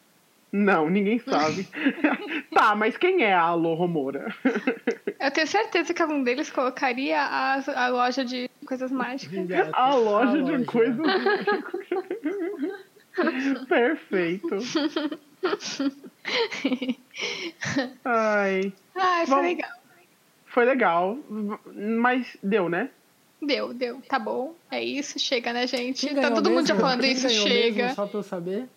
Não, ninguém sabe. tá, mas quem é a Alô Romora? Eu tenho certeza que algum deles colocaria a, a loja de coisas mágicas. Obrigado. A loja É A de loja. coisas. Perfeito. Ai, Ah, isso é Vamos- legal. foi legal, mas deu, né? Deu, deu. Tá bom. É isso. Chega, né, gente? Quem Tá ganhou todo mundo já mesmo? falando Quem isso. ganhou Chega. mesmo, só pra eu saber.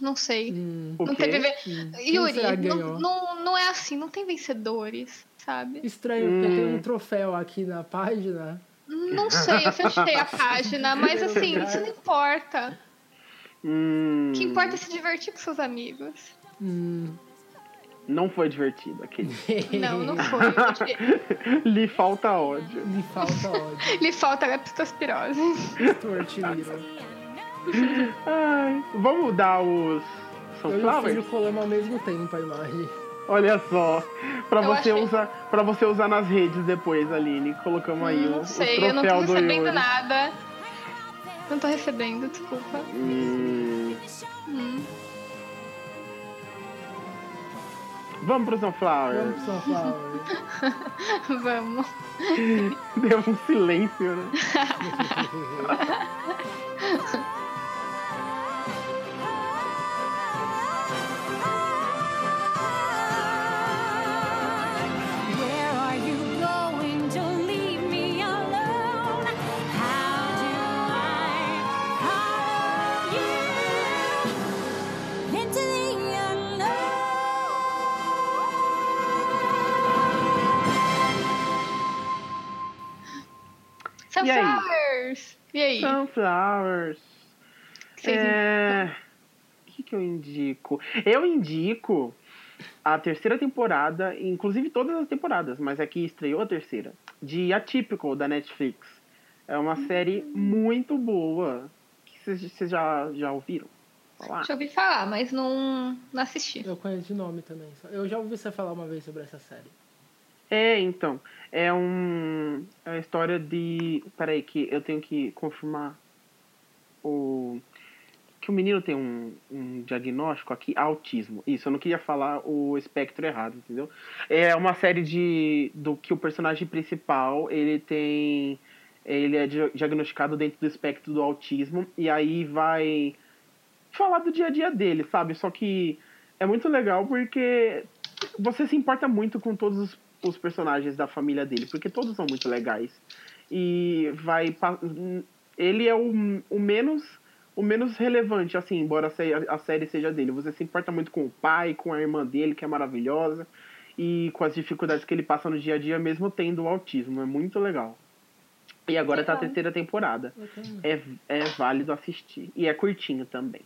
Não sei. Hum, O Não quê? teve. ve- hum. Quem Yuri, será que não, ganhou? não, não é assim. Não tem vencedores, sabe? Estranho, porque tem Hum. um troféu aqui na página. Não sei. Eu fechei a página, mas assim, isso não importa. Hum, O que importa é se divertir com seus amigos. Hum. Não foi divertido aquele. Não, não foi. Lhe falta ódio. Me falta ódio. Lhe falta leptospirose. Tortilheiro. Ai, vamos dar os Eu e o sunflowers? filho colamos ao mesmo tempo a imagem. Olha só, pra Eu você achei. usar, para você usar nas redes depois, Aline. Colocamos aí o, Não o sei, troféu eu não tô do recebendo Yuri. nada. Não tô recebendo, desculpa. Hum, Hum. vamos pro sunflowers. Vamos pro São Paulo. Vamos. Deu um silêncio, né? Where are you going to leave me alone? How do I follow you into the unknown? E aí? Sunflowers! E aí? Sunflowers. Vocês- É, O que, que eu indico? Eu indico a terceira temporada, inclusive todas as temporadas, mas aqui estreou a terceira, de Atypical, da Netflix. É uma série Hum. muito boa. que Vocês vocês já, já ouviram? Falar? Já ouvi falar, mas não, não assisti. Eu conheço de nome também. só. Eu já ouvi você falar uma vez sobre essa série. É, então. É um. É uma história de. Peraí, que eu tenho que confirmar o. Que o menino tem um, um diagnóstico aqui, autismo. Isso, eu não queria falar o espectro errado, entendeu? É uma série de. do que o personagem principal ele tem. Ele é dia- diagnosticado dentro do espectro do autismo. E aí vai falar do dia a dia dele, sabe? Só que é muito legal porque você se importa muito com todos os, os personagens da família dele, porque todos são muito legais. E vai. pa- Ele é o, o menos. O menos relevante, assim, embora a sé- a série seja dele. Você se importa muito com o pai, com a irmã dele, que é maravilhosa, e com as dificuldades que ele passa no dia a dia, mesmo tendo o autismo. É muito legal. E agora tá a Legal. terceira temporada Eu tenho. um. é, é válido assistir. E é curtinho também.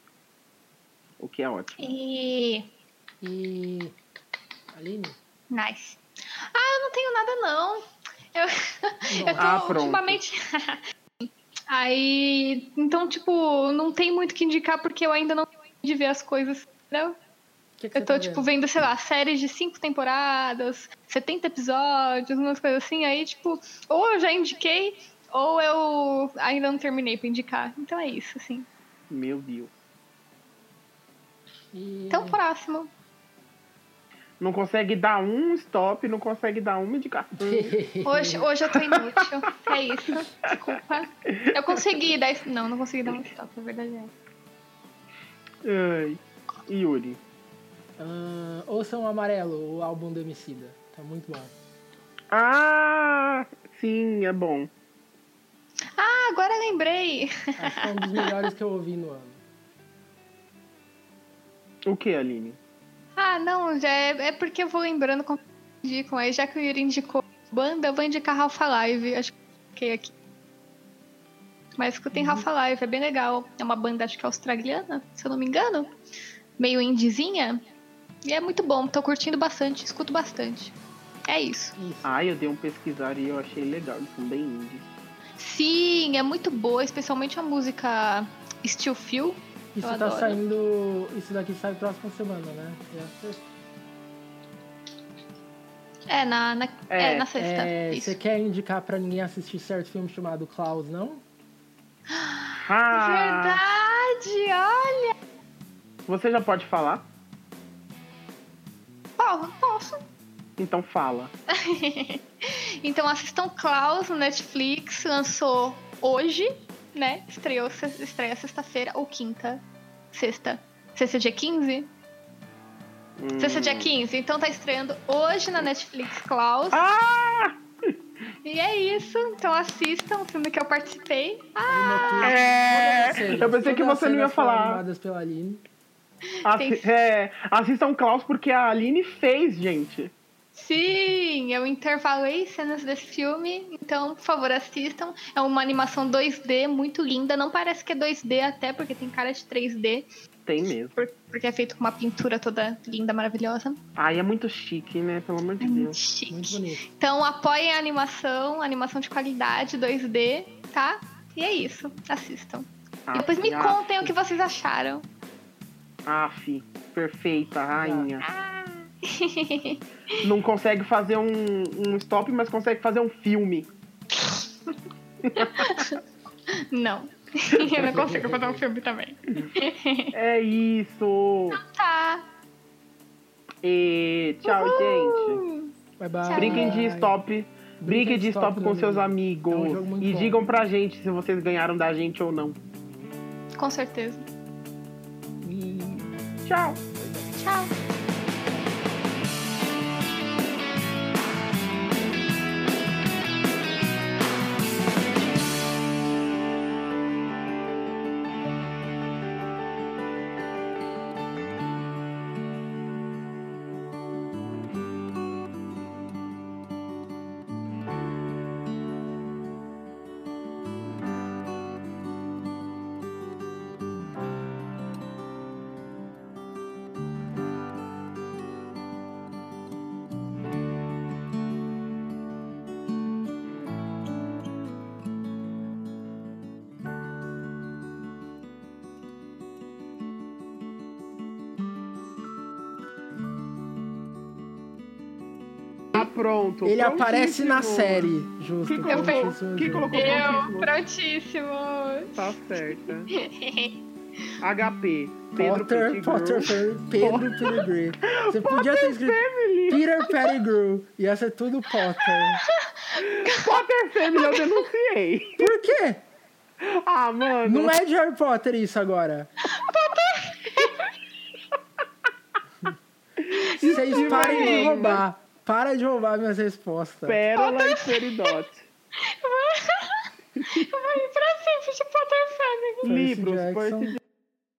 O que é ótimo. E... E. Aline? Nice. Ah, eu não tenho nada, não. Eu, eu tô Ah, pronto. ultimamente. Aí. Então, tipo, não tem muito o que indicar porque eu ainda não tenho de ver as coisas. Não? O que, que Eu você tô, tá tipo, vendo? vendo, sei lá, séries de cinco temporadas, 70 episódios, umas coisas assim. Aí, tipo, ou eu já indiquei, ou eu ainda não terminei pra indicar. Então é isso, assim. Meu Deus. E... Então, próximo. Não consegue dar um stop, não consegue dar uma um. indicação. Hoje, hoje eu tô inútil. É isso. Desculpa. Eu consegui dar. esse- Não, não consegui dar um stop, na verdade. É. Ai. Yuri. Ah, ouçam o Amarelo, o álbum do Emicida. Tá muito bom. Ah! Sim, é bom. Ah, agora eu lembrei. Acho que é um dos melhores que eu ouvi no ano. O que, Aline? Ah, não, já é, é porque eu vou lembrando como indicam. Aí, já que o Yuri indicou banda, eu vou indicar Ralpha Live. Acho que eu indiquei aqui. Mas escutem Ralpha Uhum. Live, é bem legal. É uma banda, acho que australiana, se eu não me engano. Meio indizinha. E é muito bom, tô curtindo bastante, escuto bastante. É isso. Isso. Ai, eu dei um pesquisar e eu achei legal. Eles são bem indie. Sim, é muito boa, especialmente a música Still Feel. Isso eu tá adoro. saindo. Isso daqui sai próxima semana, né? É a sexta. É, na, na, é, É, na sexta. É, isso. você quer indicar pra ninguém assistir certo filme chamado Klaus, não? tá- Ah, Verdade, olha. você já pode falar? Porra, posso. Então fala. Então assistam Klaus no Netflix, lançou hoje, né? Estreou, se- estreia sexta-feira ou quinta. Sexta. Sexta é dia 15? Hum. Sexta é dia 15. Então tá estreando hoje na Netflix Klaus. Ah! E é isso. Então assistam o filme que eu participei. Ah, É, eu pensei que Todas as você não ia cenas foram falar. animadas pela Aline. Assi é, assistam Klaus porque a Aline fez, gente. sim! Eu intervalei cenas desse filme. Então, por favor, assistam. É uma animação 2D muito linda. Não parece que é 2D até, porque tem cara de 3D. Tem mesmo. por- porque é feito com uma pintura toda linda, maravilhosa. Ai, é muito chique, né? Pelo amor de Deus. Muito Chique. bonito. Então apoiem a animação, animação de qualidade, 2D, tá? E é isso. Assistam. Ah, Depois me ah, contem o que vocês acharam. Aff, Ah. perfeita, rainha. Não consegue fazer um, um stop, mas consegue fazer um filme. Não. Eu não consigo fazer um filme também. É isso! Tá. E tchau, gente! Bye bye. Brinquem de stop. Brinquem de stop com seus amigos. É um jogo muito e bom. digam pra gente se vocês ganharam da gente ou não. Com certeza. E- Tchau! Tchau. Tá pronto. Ele aparece na prontíssimo. série, justo. Que Eu colocou, Prontíssimo, que justo. colocou Eu, prontíssimo? prontíssimo. Tá certa. HP. Pedro Potter, Pettigrew. Potter, Fer- Pedro Pettigrew. Você podia ter escrito Peter Pettigrew. Ia ser tudo Potter. Potter Family, eu denunciei. Por quê? Ah, mano. Não é de Harry Potter isso agora. Vocês parem de Imagina. roubar. Para de roubar minhas respostas. Pérola e Peridot. Eu vou ir pra sempre tipo, de Potter Family. Percy Livros, Jackson. Percy